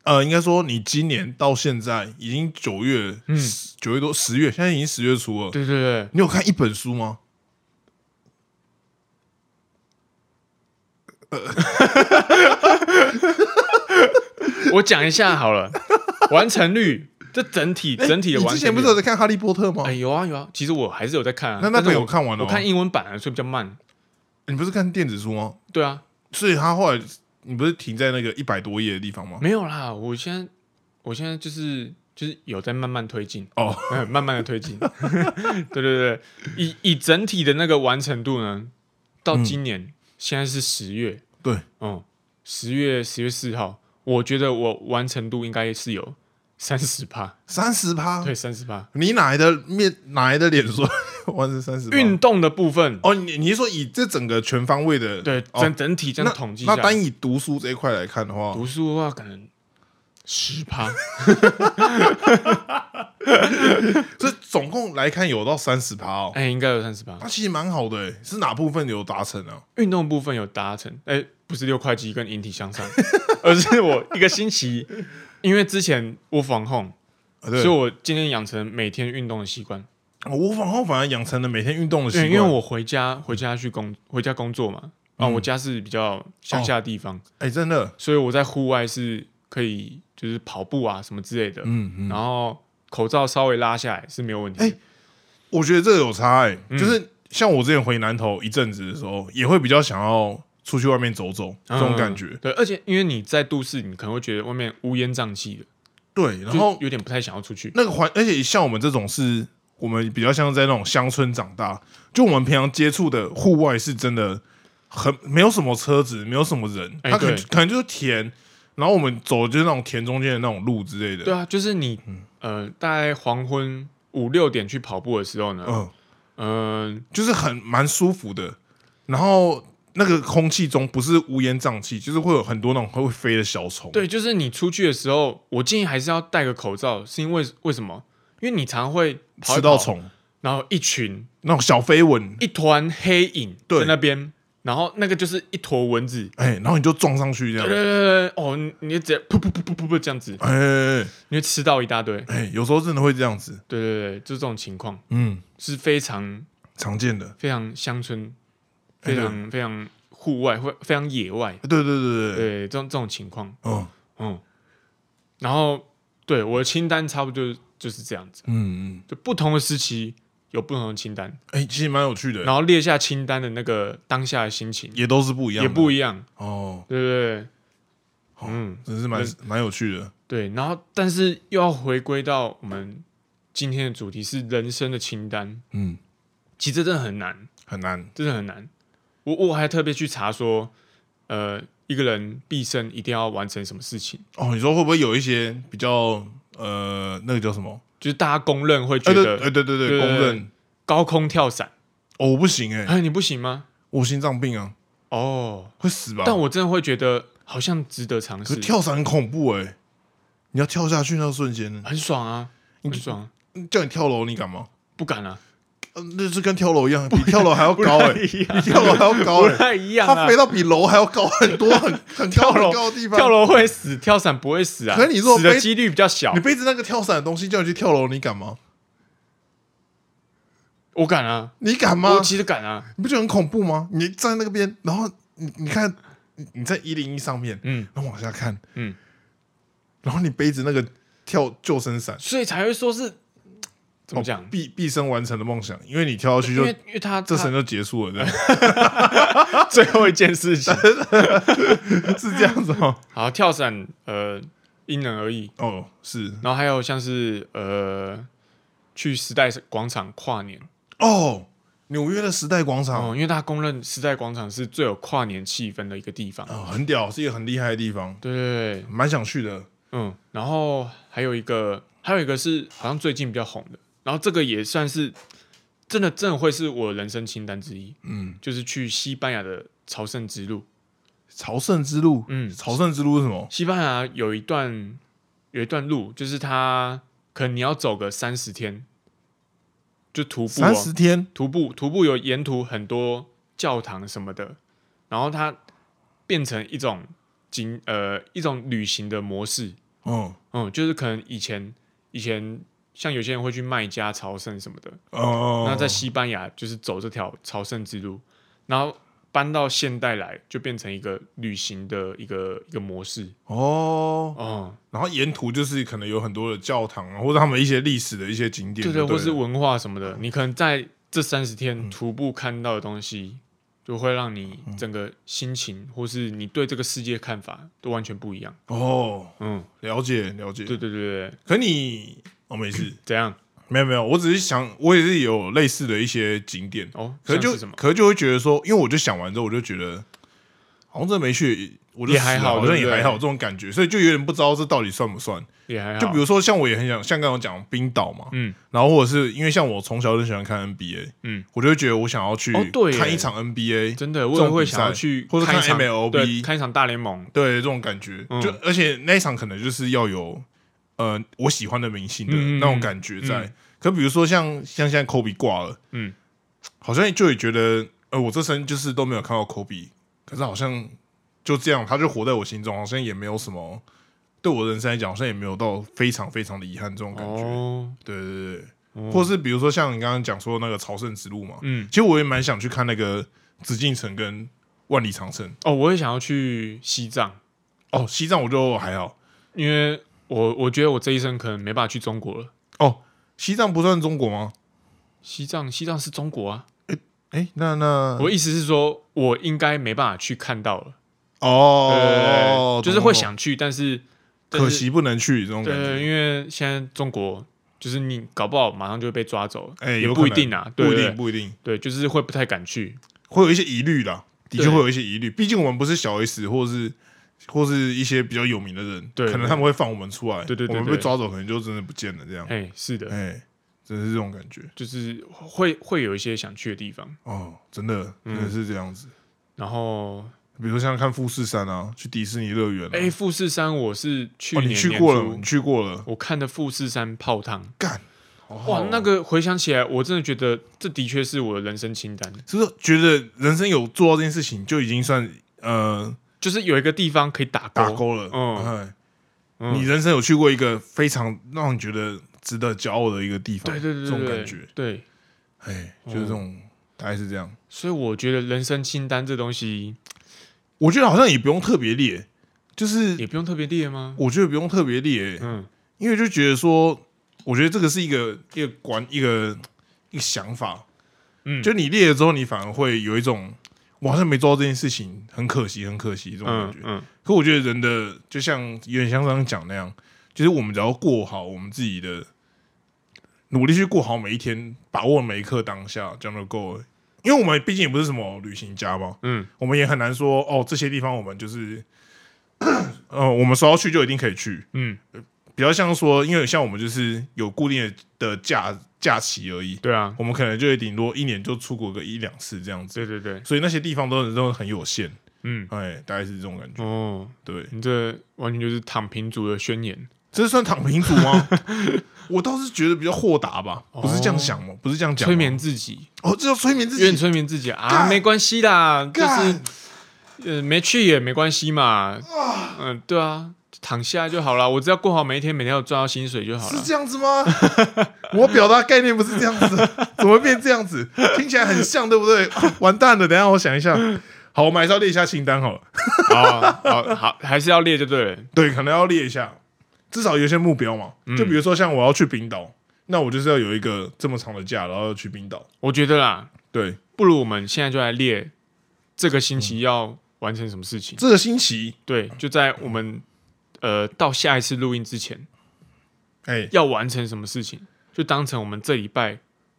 A: 呃，应该说你今年到现在已经九月，
B: 嗯
A: 十九月多十月，现在已经十月初了。
B: 对对对，
A: 你有看一本书吗？
B: 我讲一下好了， 完成率，这整体整体
A: 你
B: 的完成率。
A: 之前不是有在看《哈利波特》吗
B: 哎？有啊有啊，其实我还是有在看啊。
A: 那那
B: 但是
A: 本有
B: 我
A: 看完了
B: 我
A: 吗
B: 看英文版啊，所以比较慢。
A: 你不是看电子书吗？
B: 对啊，
A: 所以他后来你不是停在那个一百多页的地方吗？
B: 没有啦，我现在我现在就是就是有在慢慢推进。
A: 哦，
B: 嗯，慢慢的推 进。对对对，以以整体的那个完成度呢，到今年、现在是十月，
A: 嗯对，
B: 嗯，十月十月四号，我觉得我完成度应该是有三十趴，
A: 三十趴，
B: 对，三十趴。
A: 你哪来的面哪来的脸说 完成三十？
B: 运动的部分，
A: 哦，你你是说以这整个全方位的
B: 对
A: 哦
B: 整整体这样
A: 那
B: 统计下
A: 那
B: 来，
A: 单以读书这一块来看的话，
B: 读书的话可能十趴，
A: 哦这总共来看有到三十趴哦，
B: 哎，应该有三十趴
A: 那、。其实蛮好的、欸，是哪部分有达成啊？
B: 运动部分有达成，哎、不是六块肌跟引体向上， 而是我一个星期，因为之前我防控。
A: 啊对，
B: 哎所以我今天养成每天运动的习惯。
A: 我我反后反而养成了每天运动的习
B: 对，
A: 惯，
B: 因为我回家回家去工回家工作嘛，啊，
A: 嗯
B: 我家是比较乡下的地方，
A: 哎、真的，
B: 所以我在户外是可以就是跑步啊什么之类的，
A: 嗯嗯，
B: 然后口罩稍微拉下来是没有问题的。
A: 哎我觉得这个有差哎、
B: 嗯
A: 就是像我之前回南投一阵子的时候，也会比较想要出去外面走走这种感觉，
B: 嗯对，而且因为你在都市，你可能会觉得外面乌烟瘴气的，
A: 对，然
B: 就
A: 后
B: 有点不太想要出去。
A: 那个环，而且像我们这种是我们比较像在那种乡村长大，就我们平常接触的户外是真的很没有什么车子，没有什么人，
B: 哎
A: 它可能、
B: 对
A: 可能就是田，然后我们走就是那种田中间的那种路之类
B: 对
A: 的，
B: 啊，就是你
A: 嗯
B: 呃，大概黄昏五六点去跑步的时候呢，
A: 嗯，
B: 嗯，
A: 就是很蛮舒服的。然后那个空气中不是乌烟瘴气，就是会有很多那种会飞的小虫，
B: 对，就是你出去的时候，我建议还是要戴个口罩，是因为为什么？因为你常会跑一
A: 吃到
B: 跑，
A: 虫，
B: 然后一群
A: 那种小飞蚊，
B: 一团黑影
A: 对
B: 在那边，然后那个就是一坨蚊子，
A: 哎，然后你就撞上去这样
B: 对对，对对，哦，你你就直接噗噗噗噗噗噗这样子，
A: 哎哎
B: 你会吃到一大堆，
A: 哎哎，有时候真的会这样子，
B: 对对对，就这种情况
A: 嗯，
B: 是非常
A: 常见的，
B: 非常乡村，
A: 哎
B: 非常非常户外，会非常野外，
A: 对对对对对，
B: 对，这种这种情况，
A: 嗯
B: 嗯，然后对我的清单差不多就是就是这样子，
A: 嗯嗯，
B: 就不同的时期有不同的清单，
A: 哎，其实蛮有趣的，
B: 然后列下清单的那个当下的心情
A: 也都是不一样
B: 也
A: 的，
B: 不一样，
A: 哦，
B: 对对对，
A: 好
B: 嗯，
A: 真是蛮蛮有趣的，
B: 对，然后但是又要回归到我们今天的主题是人生的清单，
A: 嗯，
B: 其实这真的很难，
A: 很难，
B: 真的很难。我我还特别去查说，呃，一个人毕生一定要完成什么事情，
A: 哦，你说会不会有一些比较呃，那个叫什么？
B: 就是大家公认会觉
A: 哎对哎对
B: 得
A: 对对，
B: 呃对
A: 公
B: 对
A: 认，
B: 高空跳伞，
A: 哦，我不行哎，
B: 哎，你不行吗？
A: 我心脏病啊，
B: 哦，
A: 会死吧？
B: 但我真的会觉得好像值得尝
A: 可
B: 试
A: 是，跳伞很恐怖哎，你要跳下去那瞬间，
B: 很爽啊，很爽啊、
A: 叫你跳楼你敢吗？
B: 不敢啊，
A: 呃那是跟跳楼 一样，比跳楼还要高哎
B: 不 太，一
A: 比
B: 样，啊
A: 跳楼还要高
B: 不
A: 哎。
B: 太一样啊
A: 它飞，到比楼还要高很多，很很高
B: 跳楼
A: 很高的地方。
B: 跳，楼会死，跳伞不会死啊，
A: 可是你如果
B: 死的
A: 背
B: 几率比较小
A: 你，背着那个跳伞的东西叫你去跳楼，你敢吗？
B: 我敢啊。
A: 你敢吗
B: 我？其实敢啊，
A: 你不觉得很恐怖吗？你站在那边，然后你你看你你在一零一上面，
B: 嗯，
A: 然后往下看，
B: 嗯，
A: 然后你背着那个跳救生伞，
B: 所以才会说是怎么
A: 哦
B: 讲？
A: 毕毕生完成的梦想，因为你跳下去
B: 因
A: 就
B: 为因为他
A: 这生就结束了， 这样
B: 他 最后一件事情，
A: 是这样子 吗？
B: 好跳伞，呃，因人而异。
A: 哦，是
B: 然后还有像是呃，去时代广场跨年
A: 哦，纽约的时代广场
B: 哦、因为大家公认时代广场是最有跨年气氛的一个地方。
A: 哦，很屌，是一个很厉害的地方，
B: 对对对，
A: 蛮想去的。
B: 嗯，然后还有一个，还有一个是好像最近比较红的，然后这个也算是真的，真的会是我人生清单之一，
A: 嗯，
B: 就是去西班牙的朝圣之路。
A: 朝圣之路，
B: 嗯
A: 朝圣之路是什么？
B: 西班牙有一段有一段路，就是它可能你要走个三十天，就徒步、
A: 三
B: 哦，
A: 十天，
B: 徒步徒步有沿途很多教堂什么的，然后它变成一种景呃一种旅行的模式，
A: 嗯
B: 嗯，就是可能以前以前像有些人会去麦加朝圣什么的，
A: 哦，
B: 那在西班牙就是走这条朝圣之路，然后搬到现代来就变成一个旅行的一个一个模式，
A: 哦，
B: 哦、
A: 然后沿途就是可能有很多的教堂啊，或者他们一些历史的一些景点
B: 对
A: 就
B: 对，
A: 对，嗯
B: 或是文化什么的，你可能在这三十天徒步看到的东西，就会让你整个心情，或是你对这个世界看法都完全不一样。
A: 哦，
B: 嗯，
A: 了解了解。
B: 对对对对，
A: 可你哦，没事，
B: 怎样？
A: 没有没有，我只是想，我也是有类似的一些景点，
B: 哦，
A: 可是
B: 像
A: 就是
B: 什么？
A: 可是就会觉得说，因为我就想完之后，我就觉得好像真的没去，我就
B: 也
A: 死
B: 还
A: 了
B: 好
A: 好像
B: 对
A: 也
B: 不对
A: 还好这种感觉，所以就有点不知道这到底算不算。
B: 也还好。
A: 就比如说像我也很想，像刚刚讲冰岛嘛，
B: 啊嗯，
A: 然后或者是因为像我从小就喜欢看 NBA，
B: 嗯，
A: 我就会觉得我想要去
B: 哦对耶
A: 看一场 NBA，、
B: 真的，我
A: 这
B: 也
A: 种
B: 会
A: 比
B: 想要
A: 赛
B: 去
A: 或者
B: 看一
A: 看
B: 场
A: MLB
B: 对，看一场大联盟。
A: 对这种感觉，
B: 嗯
A: 就而且那一场可能就是要有呃我喜欢的明星的
B: 嗯
A: 那种感觉在。
B: 嗯
A: 可比如说像像现在 Kobe 挂了，
B: 嗯，
A: 好像就也觉得呃我这生就是都没有看到 Kobe，可是好像就这样，他就活在我心中，好像也没有什么。对我人生来讲，好像也没有到非常非常的遗憾这种感觉。
B: 哦，
A: 对对对，
B: 哦
A: 或是比如说像你刚刚讲说那个朝圣之路嘛，
B: 嗯，
A: 其实我也蛮想去看那个紫禁城跟万里长城。
B: 哦，我也想要去西藏，
A: 哦，西藏我就还好，
B: 因为我我觉得我这一生可能没办法去中国了。
A: 西藏不算中国吗？
B: 西藏，西藏是中国啊！
A: 哎，那那
B: 我意思是说，我应该没办法去看到了。
A: 哦
B: 对，，就是会想去，但是
A: 懂懂懂可，惜不能去这种
B: 但是
A: 感觉。
B: 对，因为现在中国就是你搞不好马上就会被抓走了，
A: 哎
B: 也
A: 有
B: 不
A: 可
B: 一
A: 能
B: 定啊，对
A: 不一
B: 对
A: 定不一定，
B: 对，就是会不太敢去，
A: 会有一些疑虑啦，的确
B: 对
A: 会有一些疑虑。毕竟我们不是小 S 或是或是一些比较有名的人，
B: 对
A: 可能他们会放我们出来，
B: 对对对
A: 我们被
B: 对
A: 抓走可能就真的不见了这样。
B: 哎，是的，
A: 哎，真的是这种感觉
B: 就是会会有一些想去的地方，
A: 哦，真的
B: 嗯
A: 真的是这样子。
B: 然后
A: 比如说像看富士山啊，去迪士尼乐园啊，
B: 哎，富士山我是去
A: 哦，
B: 年
A: 你去
B: 年
A: 过了，
B: 初
A: 你去过了，
B: 我看的富士山泡汤，
A: 干，
B: 哇，那个回想起来，我真的觉得这的确是我的人生清单，
A: 是不是觉得人生有做到这件事情就已经算呃
B: 就是有一个地方可以打勾，
A: 打勾了？
B: 嗯
A: 哎
B: 嗯
A: 你人生有去过一个非常让你觉得值得骄傲的一个地方，
B: 对对对
A: 这
B: 对，嗯
A: 种
B: 对
A: 感觉，
B: 对，
A: 哎，就是这种，大概是这样。
B: 所以我觉得人生清单这东西
A: 我觉得好像也不用特别列，就是
B: 也不用特别列吗？
A: 我觉得不用特别列，
B: 嗯，
A: 因为就觉得说，我觉得这个是一个一个观一个一个想法，
B: 嗯
A: 就你列了之后，你反而会有一种我好像没做到这件事情，很可惜，很可惜这种感
B: 嗯
A: 觉。
B: 嗯，
A: 可我觉得人的就像有点像刚刚讲那样，就是我们只要过好我们自己的，努力去过好每一天，把握每一刻当下，这样就够了。因为我们毕竟也不是什么旅行家嘛，
B: 嗯，
A: 我们也很难说哦，这些地方我们就是， 呃，我们说要去就一定可以去，
B: 嗯，
A: 比较像说，因为像我们就是有固定的的假假期而已，
B: 对啊，
A: 我们可能就会顶多一年就出国个一两次这样子，
B: 对对对，
A: 所以那些地方都是都很有限，
B: 嗯，
A: 哎，大概是这种感觉，
B: 哦，
A: 对。
B: 你这完全就是躺平族的宣言。
A: 这算躺平族 吗？我倒是觉得比较豁达吧，不是这样想哦吗？不是这样讲吗，
B: 哦催眠自己，
A: 哦，这叫催眠自
B: 愿
A: 己，
B: 催眠自己啊，
A: 干
B: 没关系啦，就
A: 干
B: 是呃没去也没关系嘛，嗯，对啊，躺下就好啦，我只要过好每一天，每天有赚到薪水就好
A: 是
B: 了。
A: 这样子吗？ 我表达概念不是这样子， 怎么会变这样子？听起来很像，对不对？ 啊完蛋了，等一下我想一下。好，我们还是要列一下清单好了。
B: 好好好，还是要列就对了。
A: 对，可能要列一下，至少有一些目标嘛。
B: 嗯
A: 就比如说像我要去冰岛，那我就是要有一个这么长的假，然后要去冰岛。
B: 我觉得啦，
A: 对，
B: 不如我们现在就来列这个星期要完成什么事情。
A: 这个星期，
B: 对，就在我们呃到下一次录音之前
A: 哎、
B: 要完成什么事情，就当成我们这礼拜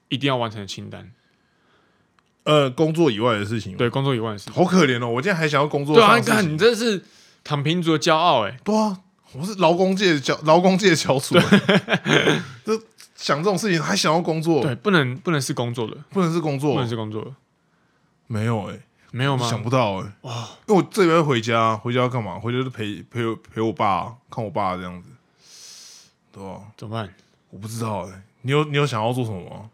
B: 一定要完成的清单。
A: 呃，工作以外的事情，，
B: 对，工作以外的事情。
A: 好可怜哦，我竟然还想要工作
B: 对啊，
A: 上的事情。
B: 你看你这是躺平族的骄傲哎、
A: 对啊，我是劳工界的小劳工界的翘楚， 就想这种事情还想要工作，
B: 对，不能不能是工作的，
A: 不能是工
B: 不
A: 作
B: 能，是工作的，
A: 没有哎、
B: 没有吗？
A: 想不到哎、哇！因为我这礼拜回家，回家要干嘛？回家就陪陪我陪我爸，看我爸这样子，对吧、
B: 怎么办？
A: 我不知道哎、你有你有想要做什么吗？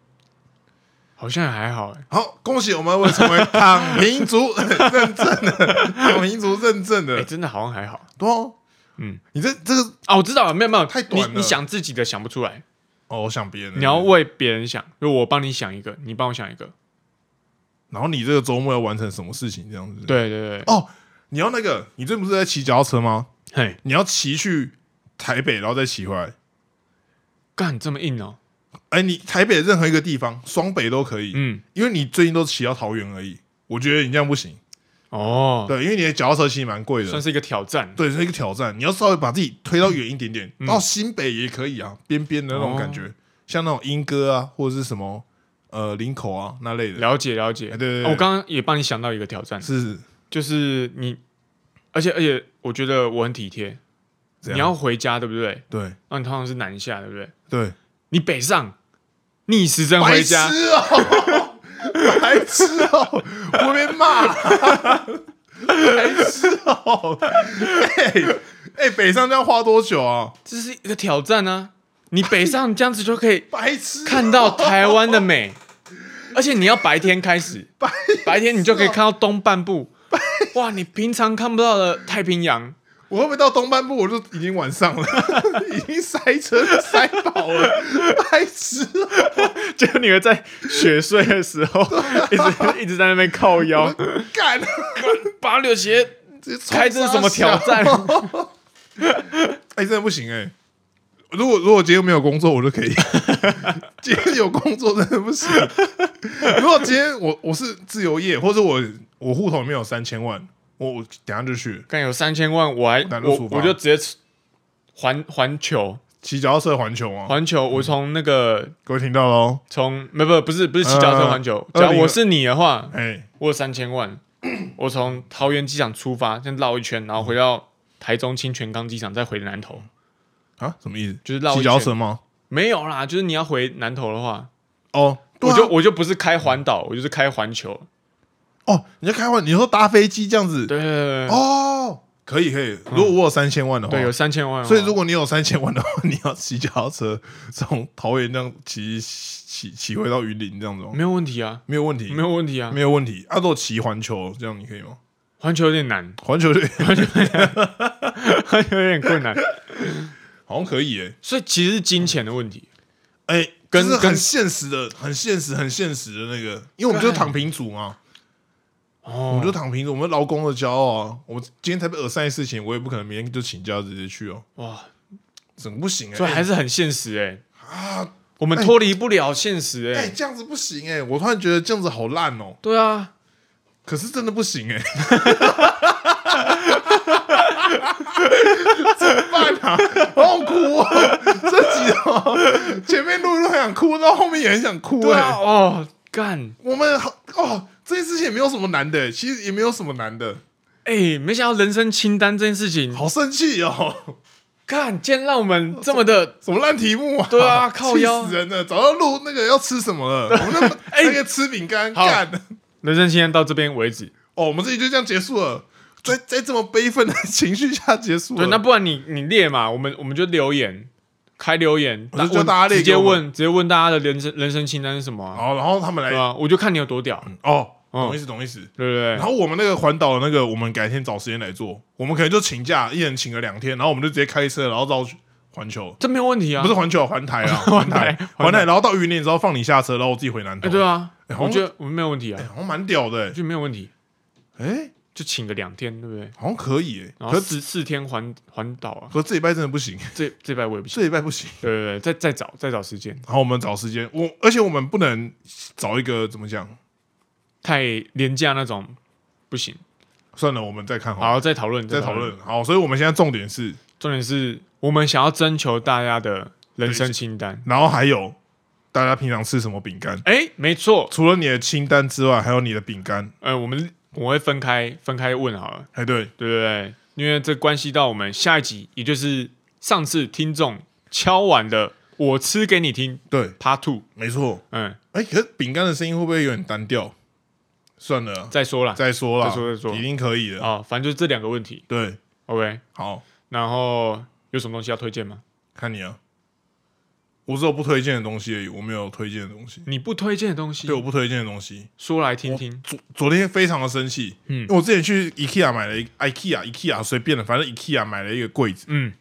B: 好像还好哎、
A: 好，恭喜我们会成为躺平 族认证的，躺平族认证
B: 哎、
A: 的，
B: 真的好像还好
A: 对啊，
B: 嗯，
A: 你这这个
B: 啊！我知道了，没有没有，
A: 太短
B: 你
A: 了
B: 你想自己的想不出来，
A: 哦，我想别人的，
B: 你要为别人想，就我帮你想一个，你帮我想一个。
A: 嗯然后你这个周末要完成什么事情这样子？
B: 对对对，
A: 哦，你要那个，你最近不是在骑脚踏车吗？
B: 嘿，
A: 你要骑去台北，然后再骑回来。
B: 干这么硬哦、
A: 哎，你台北任何一个地方，双北都可以，
B: 嗯，
A: 因为你最近都骑到桃园而已。我觉得你这样不行，
B: 哦，
A: 对，因为你的脚踏车其实蛮贵
B: 算
A: 的，
B: 是一个挑战。
A: 对，是一个挑战。你要稍微把自己推到远一点
B: 嗯
A: 点，到新北也可以啊，边边的那种感觉，
B: 哦
A: 像那种莺歌啊，或者是什么呃林口啊那类的，
B: 了解了解，
A: 哎对对对
B: 啊我刚刚也帮你想到一个挑战，
A: 是
B: 就是你，而且而且我觉得我很体贴，
A: 这
B: 你
A: 样
B: 要回家对不对？
A: 对
B: 那你通常是南下对不对？
A: 对，
B: 你北上逆时针
A: 白
B: 回
A: 痴
B: 家，
A: 哦、 白痴哦、 我被骂，白痴哦、哎、哎、北上这样花多久啊？
B: 这是一个挑战啊！你北上这样子就可以
A: 白痴、
B: 看到台湾的美，而且你要白天开始，
A: 白
B: 白天你就可以看到东半部，哇，你平常看不到的太平洋。
A: 我会不会到东半部我就已经晚上了， 已经塞车塞饱了，白痴哦、
B: 就你会在雪睡的时候， 一直一直在那边靠腰，
A: 干，
B: 八六鞋
A: 直接冲
B: 开 这是哦什么挑战？
A: 杀小？哎、真的不行哎、如果如果今天没有工作，我就可以。 今天有工作真的不行。如果今天我我是自由业，或者我我户头里面有三千万，我我等一下就去。
B: 干有三千万，我还
A: 难度
B: 我
A: 出发
B: 我就直接还还球，
A: 骑脚踏车环球啊，
B: 环球，嗯我从那个
A: 各位听到喽？
B: 从没不不是不是骑脚踏车环球，
A: 呃
B: 假如
A: 20
B: 我是你的话，
A: 哎，
B: 我有三千万，我从桃园机场出发，先绕一圈，然后回到台中清泉岗机场，再回南投，
A: 啊，什么意思？
B: 就是绕
A: 骑
B: 一
A: 脚踏
B: 圈。
A: 车吗？
B: 没有啦，就是你要回南投的话，
A: 哦，对
B: 我
A: 啊
B: 就我就不是开环岛，我就是开环球。
A: 哦，你就开玩，你说搭飞机这样子，
B: 对对对对
A: 哦，可以可以。如果我有三千万的话嗯
B: 对，，有三千万的话。
A: 所以如果你有三千万的话， 你要骑脚踏车从桃园这样骑骑骑回到云林这样子吗？
B: 没有问题啊，
A: 没有问题，
B: 没有问题啊
A: 没。有问题。啊，如果骑环球这样你可以吗？
B: 环球有点难，
A: 环球队
B: 环球有点困难，
A: 好像可以诶、
B: 所以其实是金钱的问题。
A: 哎、
B: 跟
A: 就是
B: 跟
A: 很现实的、很现实、很现实的那个，因为我们就是躺平族嘛，我
B: 哦
A: 们就躺平族，我们劳工的骄傲啊。我今天才被耳塞的事情，我也不可能明天就请假直接去哦，
B: 哇，
A: 整个不行哎、
B: 所以还
A: 是
B: 是很现实哎、
A: 啊，
B: 我们脱离不了现实哎、
A: 哎、这样子不行哎、我突然觉得这样子好烂哦、
B: 对啊，
A: 可是真的不行哎、 欸，怎么办啊？好想哭哦，这集哦，前面录一录很想哭，到后面也很想哭
B: 对
A: 哎、
B: 啊，哦，干，
A: 我们好哦，这件事情也没有什么难的、其实也没有什么难的，
B: 哎、没想到人生清单这件事情，
A: 好生气哦，
B: 干，竟然让我们这么的，
A: 什么烂题目啊？
B: 对啊靠
A: 气
B: 腰
A: 死人了！早上录那个要吃什么了？我们那
B: 哎
A: 那个吃饼干
B: 好
A: 干
B: 人生清单到这边为止。
A: 哦，我们这集就这样结束了，在在这么悲愤的情绪下结束了。
B: 对，那不然你你列嘛，我们我们就留言，开留言，
A: 我就叫
B: 我
A: 大家列
B: 直接
A: 给我们
B: 问，直接问大家的人生人生清单是什么啊、
A: 好，然哎后他们来
B: 对啊，我就看你有多屌，
A: 哦，
B: 嗯
A: 懂意思，懂意思。
B: 对不对？
A: 然后我们那个环岛的那个，我们改天找时间来做，我们可能就请假，一人请个两天，然后我们就直接开车，然后绕环球，
B: 这没有问题啊，
A: 不是环球，环台啊，环
B: 台
A: 台，
B: 环
A: 环
B: 台
A: 台，然后到云林之后放你下车，然后我自己回南
B: 哎、
A: 投，
B: 对啊，
A: 哎好
B: 我
A: 像
B: 觉得我们没有问题啊，
A: 好像蛮屌的欸，
B: 就没有问题，
A: 哎，
B: 就请个两天，对不对？
A: 好像可以欸，
B: 然
A: 可
B: 后
A: 是
B: 十四天环环岛啊，
A: 可是这礼拜真的不行，
B: 这这拜我也不行，
A: 这礼拜不行，
B: 对对对，再再找再找时间，
A: 然后我们找时间，我而且我们不能找一个怎么讲，
B: 太廉价那种不行，
A: 算了，我们再看好了，
B: 好再讨论
A: 再讨，论，好，所以我们现在重点是，
B: 重点是我们想要征求大家的人生清单，
A: 然后还有大家平常吃什么饼干，
B: 哎，没错，
A: 除了你的清单之外，还有你的饼干，
B: 呃，我们我会分开分开问好了，
A: 哎，对。
B: 对不对？因为这关系到我们下一集，也就是上次听众敲碗的“我吃给你听
A: 对，
B: ”Part Two，
A: 没错。
B: 嗯，
A: 哎、可是饼干的声音会不会有点单调？算了啊，
B: 再说啦，
A: 再说啦，
B: 再说再说
A: 一定可以的。
B: 啊、反正就这两个问题
A: 对，
B: ，OK。
A: 好
B: 然后有什么东西要推荐吗？
A: 看你啊。我只有不推荐的东西而已，我没有推荐的东西。
B: 你不推荐的东西
A: 对，，我不推荐的东西。
B: 说来听听。
A: 昨昨天非常的生气，
B: 嗯
A: 因为我之前去 IKEA 买了一 IKEA IKEA 随便的，反正 IKEA 买了一个柜子，
B: 嗯，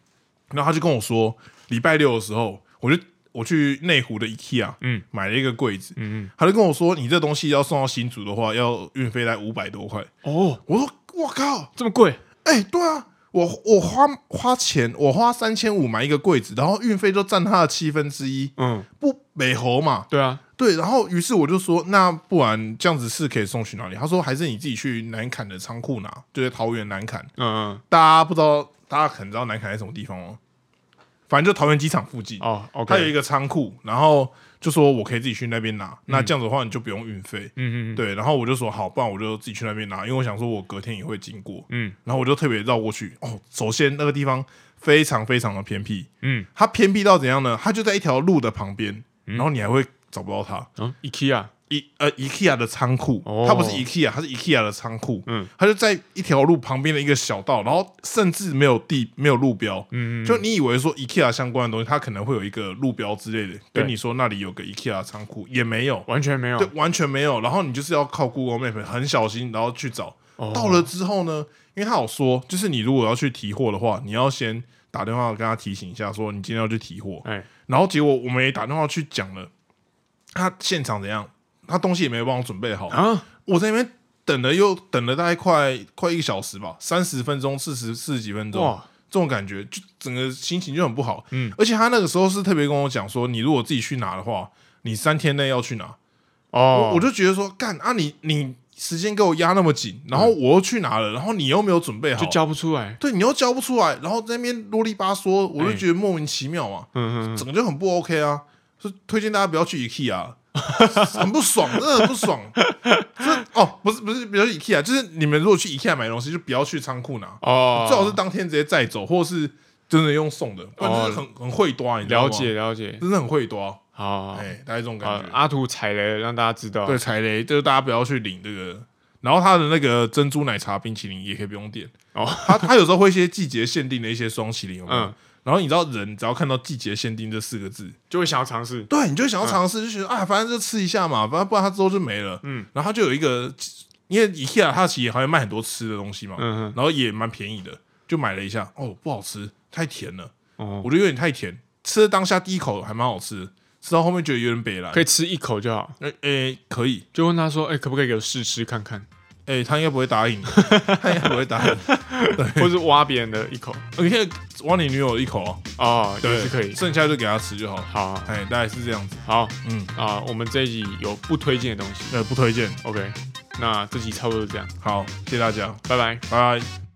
A: 然后他就跟我说，礼拜六的时候，我就我去内湖的 IKEA，
B: 嗯，
A: 买了一个柜子，
B: 嗯
A: 他就跟我说，你这东西要送到新竹的话，要运费在五百多块。
B: 哦，
A: 我说，我靠，
B: 这么贵？
A: 哎、对啊，我我花花钱，我花三千五买一个柜子，然后运费都占它的七分之一，
B: 嗯，
A: 不美猴嘛？
B: 对啊，
A: 对，然后于是我就说，那不然这样子是可以送去哪里？他说还是你自己去南坎的仓库拿，就是桃园南坎。
B: 嗯嗯，
A: 大家不知道，大家可能知道南坎在什么地方哦，反正就桃园机场附近，
B: 哦
A: 它有
B: ，OK，
A: 一个仓库，然后就说我可以自己去那边拿，那这样子的话你就不用运费。
B: 嗯嗯嗯嗯，
A: 对，然后我就说好，不然我就自己去那边拿，因为我想说我隔天也会经过。
B: 嗯
A: 然后我就特别绕过去。哦，首先那个地方非常非常的偏僻，
B: 嗯，
A: 它偏僻到怎样呢？它就在一条路的旁边，然后你还会找不到它。
B: 嗯，IKEA，
A: 一呃，IKEA 的仓库，
B: 哦
A: 它不是 E IKEA，它是 IKEA 的仓库。
B: 嗯，
A: 它就在一条路旁边的一个小道，然后甚至没有地，没有路标。
B: 嗯，
A: 就你以为说 E IKEA 相关的东西，它可能会有一个路标之类的，
B: 对
A: 跟你说那里有个 E IKEA 仓库，也没有。
B: 完全没有
A: 对，，完全没有。然后你就是要靠 Google Map 很小心，然后去找。
B: 哦
A: 到了之后呢，因为他有说，就是你如果要去提货的话，你要先打电话跟他提醒一下，说你今天要去提货。
B: 哎，
A: 然后结果我们也打电话去讲了，他现场怎样，他东西也没有帮我准备好，
B: 啊，
A: 我在那边等了又等了大概快快一个小时吧，三十分钟、四十四十几分钟，
B: 哇，
A: 这种感觉，就整个心情就很不好。
B: 嗯，
A: 而且他那个时候是特别跟我讲说，你如果自己去拿的话，你三天内要去拿。我
B: 哦，
A: 我就觉得说，干啊你，你时间给我压那么紧，然后我又去拿了，然后你又没有准备好
B: 嗯就，交不出来。
A: 对你又交不出来，然后在那边啰里吧嗦，我就觉得莫名其妙嘛，
B: 哎嗯嗯嗯，
A: 整个就很不 OK 啊。所以推荐大家不要去 IKEA，很不爽，真的很不爽。这哦，不是不是，不要去 IKEA，就是你们如果去 IKEA 买东西，就不要去仓库拿，
B: 哦，
A: 最好是当天直接载走，或是真的用送的，不然真的很很会抓，你知道吗
B: 哦了，解哦啊了解。
A: 真的很会抓，
B: 好，好
A: 哎，大概这种
B: 好
A: 感觉。
B: 阿土踩雷了，让大家知道。
A: 对，踩雷就是大家不要去领这个。然后它的那个珍珠奶茶冰淇淋也可以不用点
B: 哦
A: 它它有时候会一些季节限定的一些双淇淋，有没有？
B: 嗯
A: 然后你知道人只要看到季节限定这四个字，
B: 就会想要尝试。
A: 对，你就想要尝试，就觉得啊，反正就吃一下嘛，反正不然它之后就没了。
B: 嗯，
A: 然后它就有一个，因为 IKEA 它其实好像卖很多吃的东西嘛，
B: 嗯
A: 然后也蛮便宜的，就买了一下，哦，不好吃，太甜了，
B: 哼，哦，
A: 我觉得有点太甜。吃的当下第一口还蛮好吃的，吃到后面觉得有点北了。
B: 可以吃一口就好。
A: 诶诶、可以，
B: 就问他说：“哎、可不可以给我试吃看看
A: 诶、哎他应该不会答应你，他应该不会答应你。？”
B: 或是挖别人的一口？
A: 呃你可以挖你女友一口哦，
B: 哦，也
A: 对，
B: 是可以。
A: 剩下就给她吃就好。
B: 好好
A: 哎、大概是这样子，
B: 好
A: 嗯，
B: 啊，我们这一集有不推荐的东西。
A: 呃，不推荐。
B: OK，那这集差不多就这样，
A: 好，谢谢大家，
B: 拜拜。
A: 拜拜。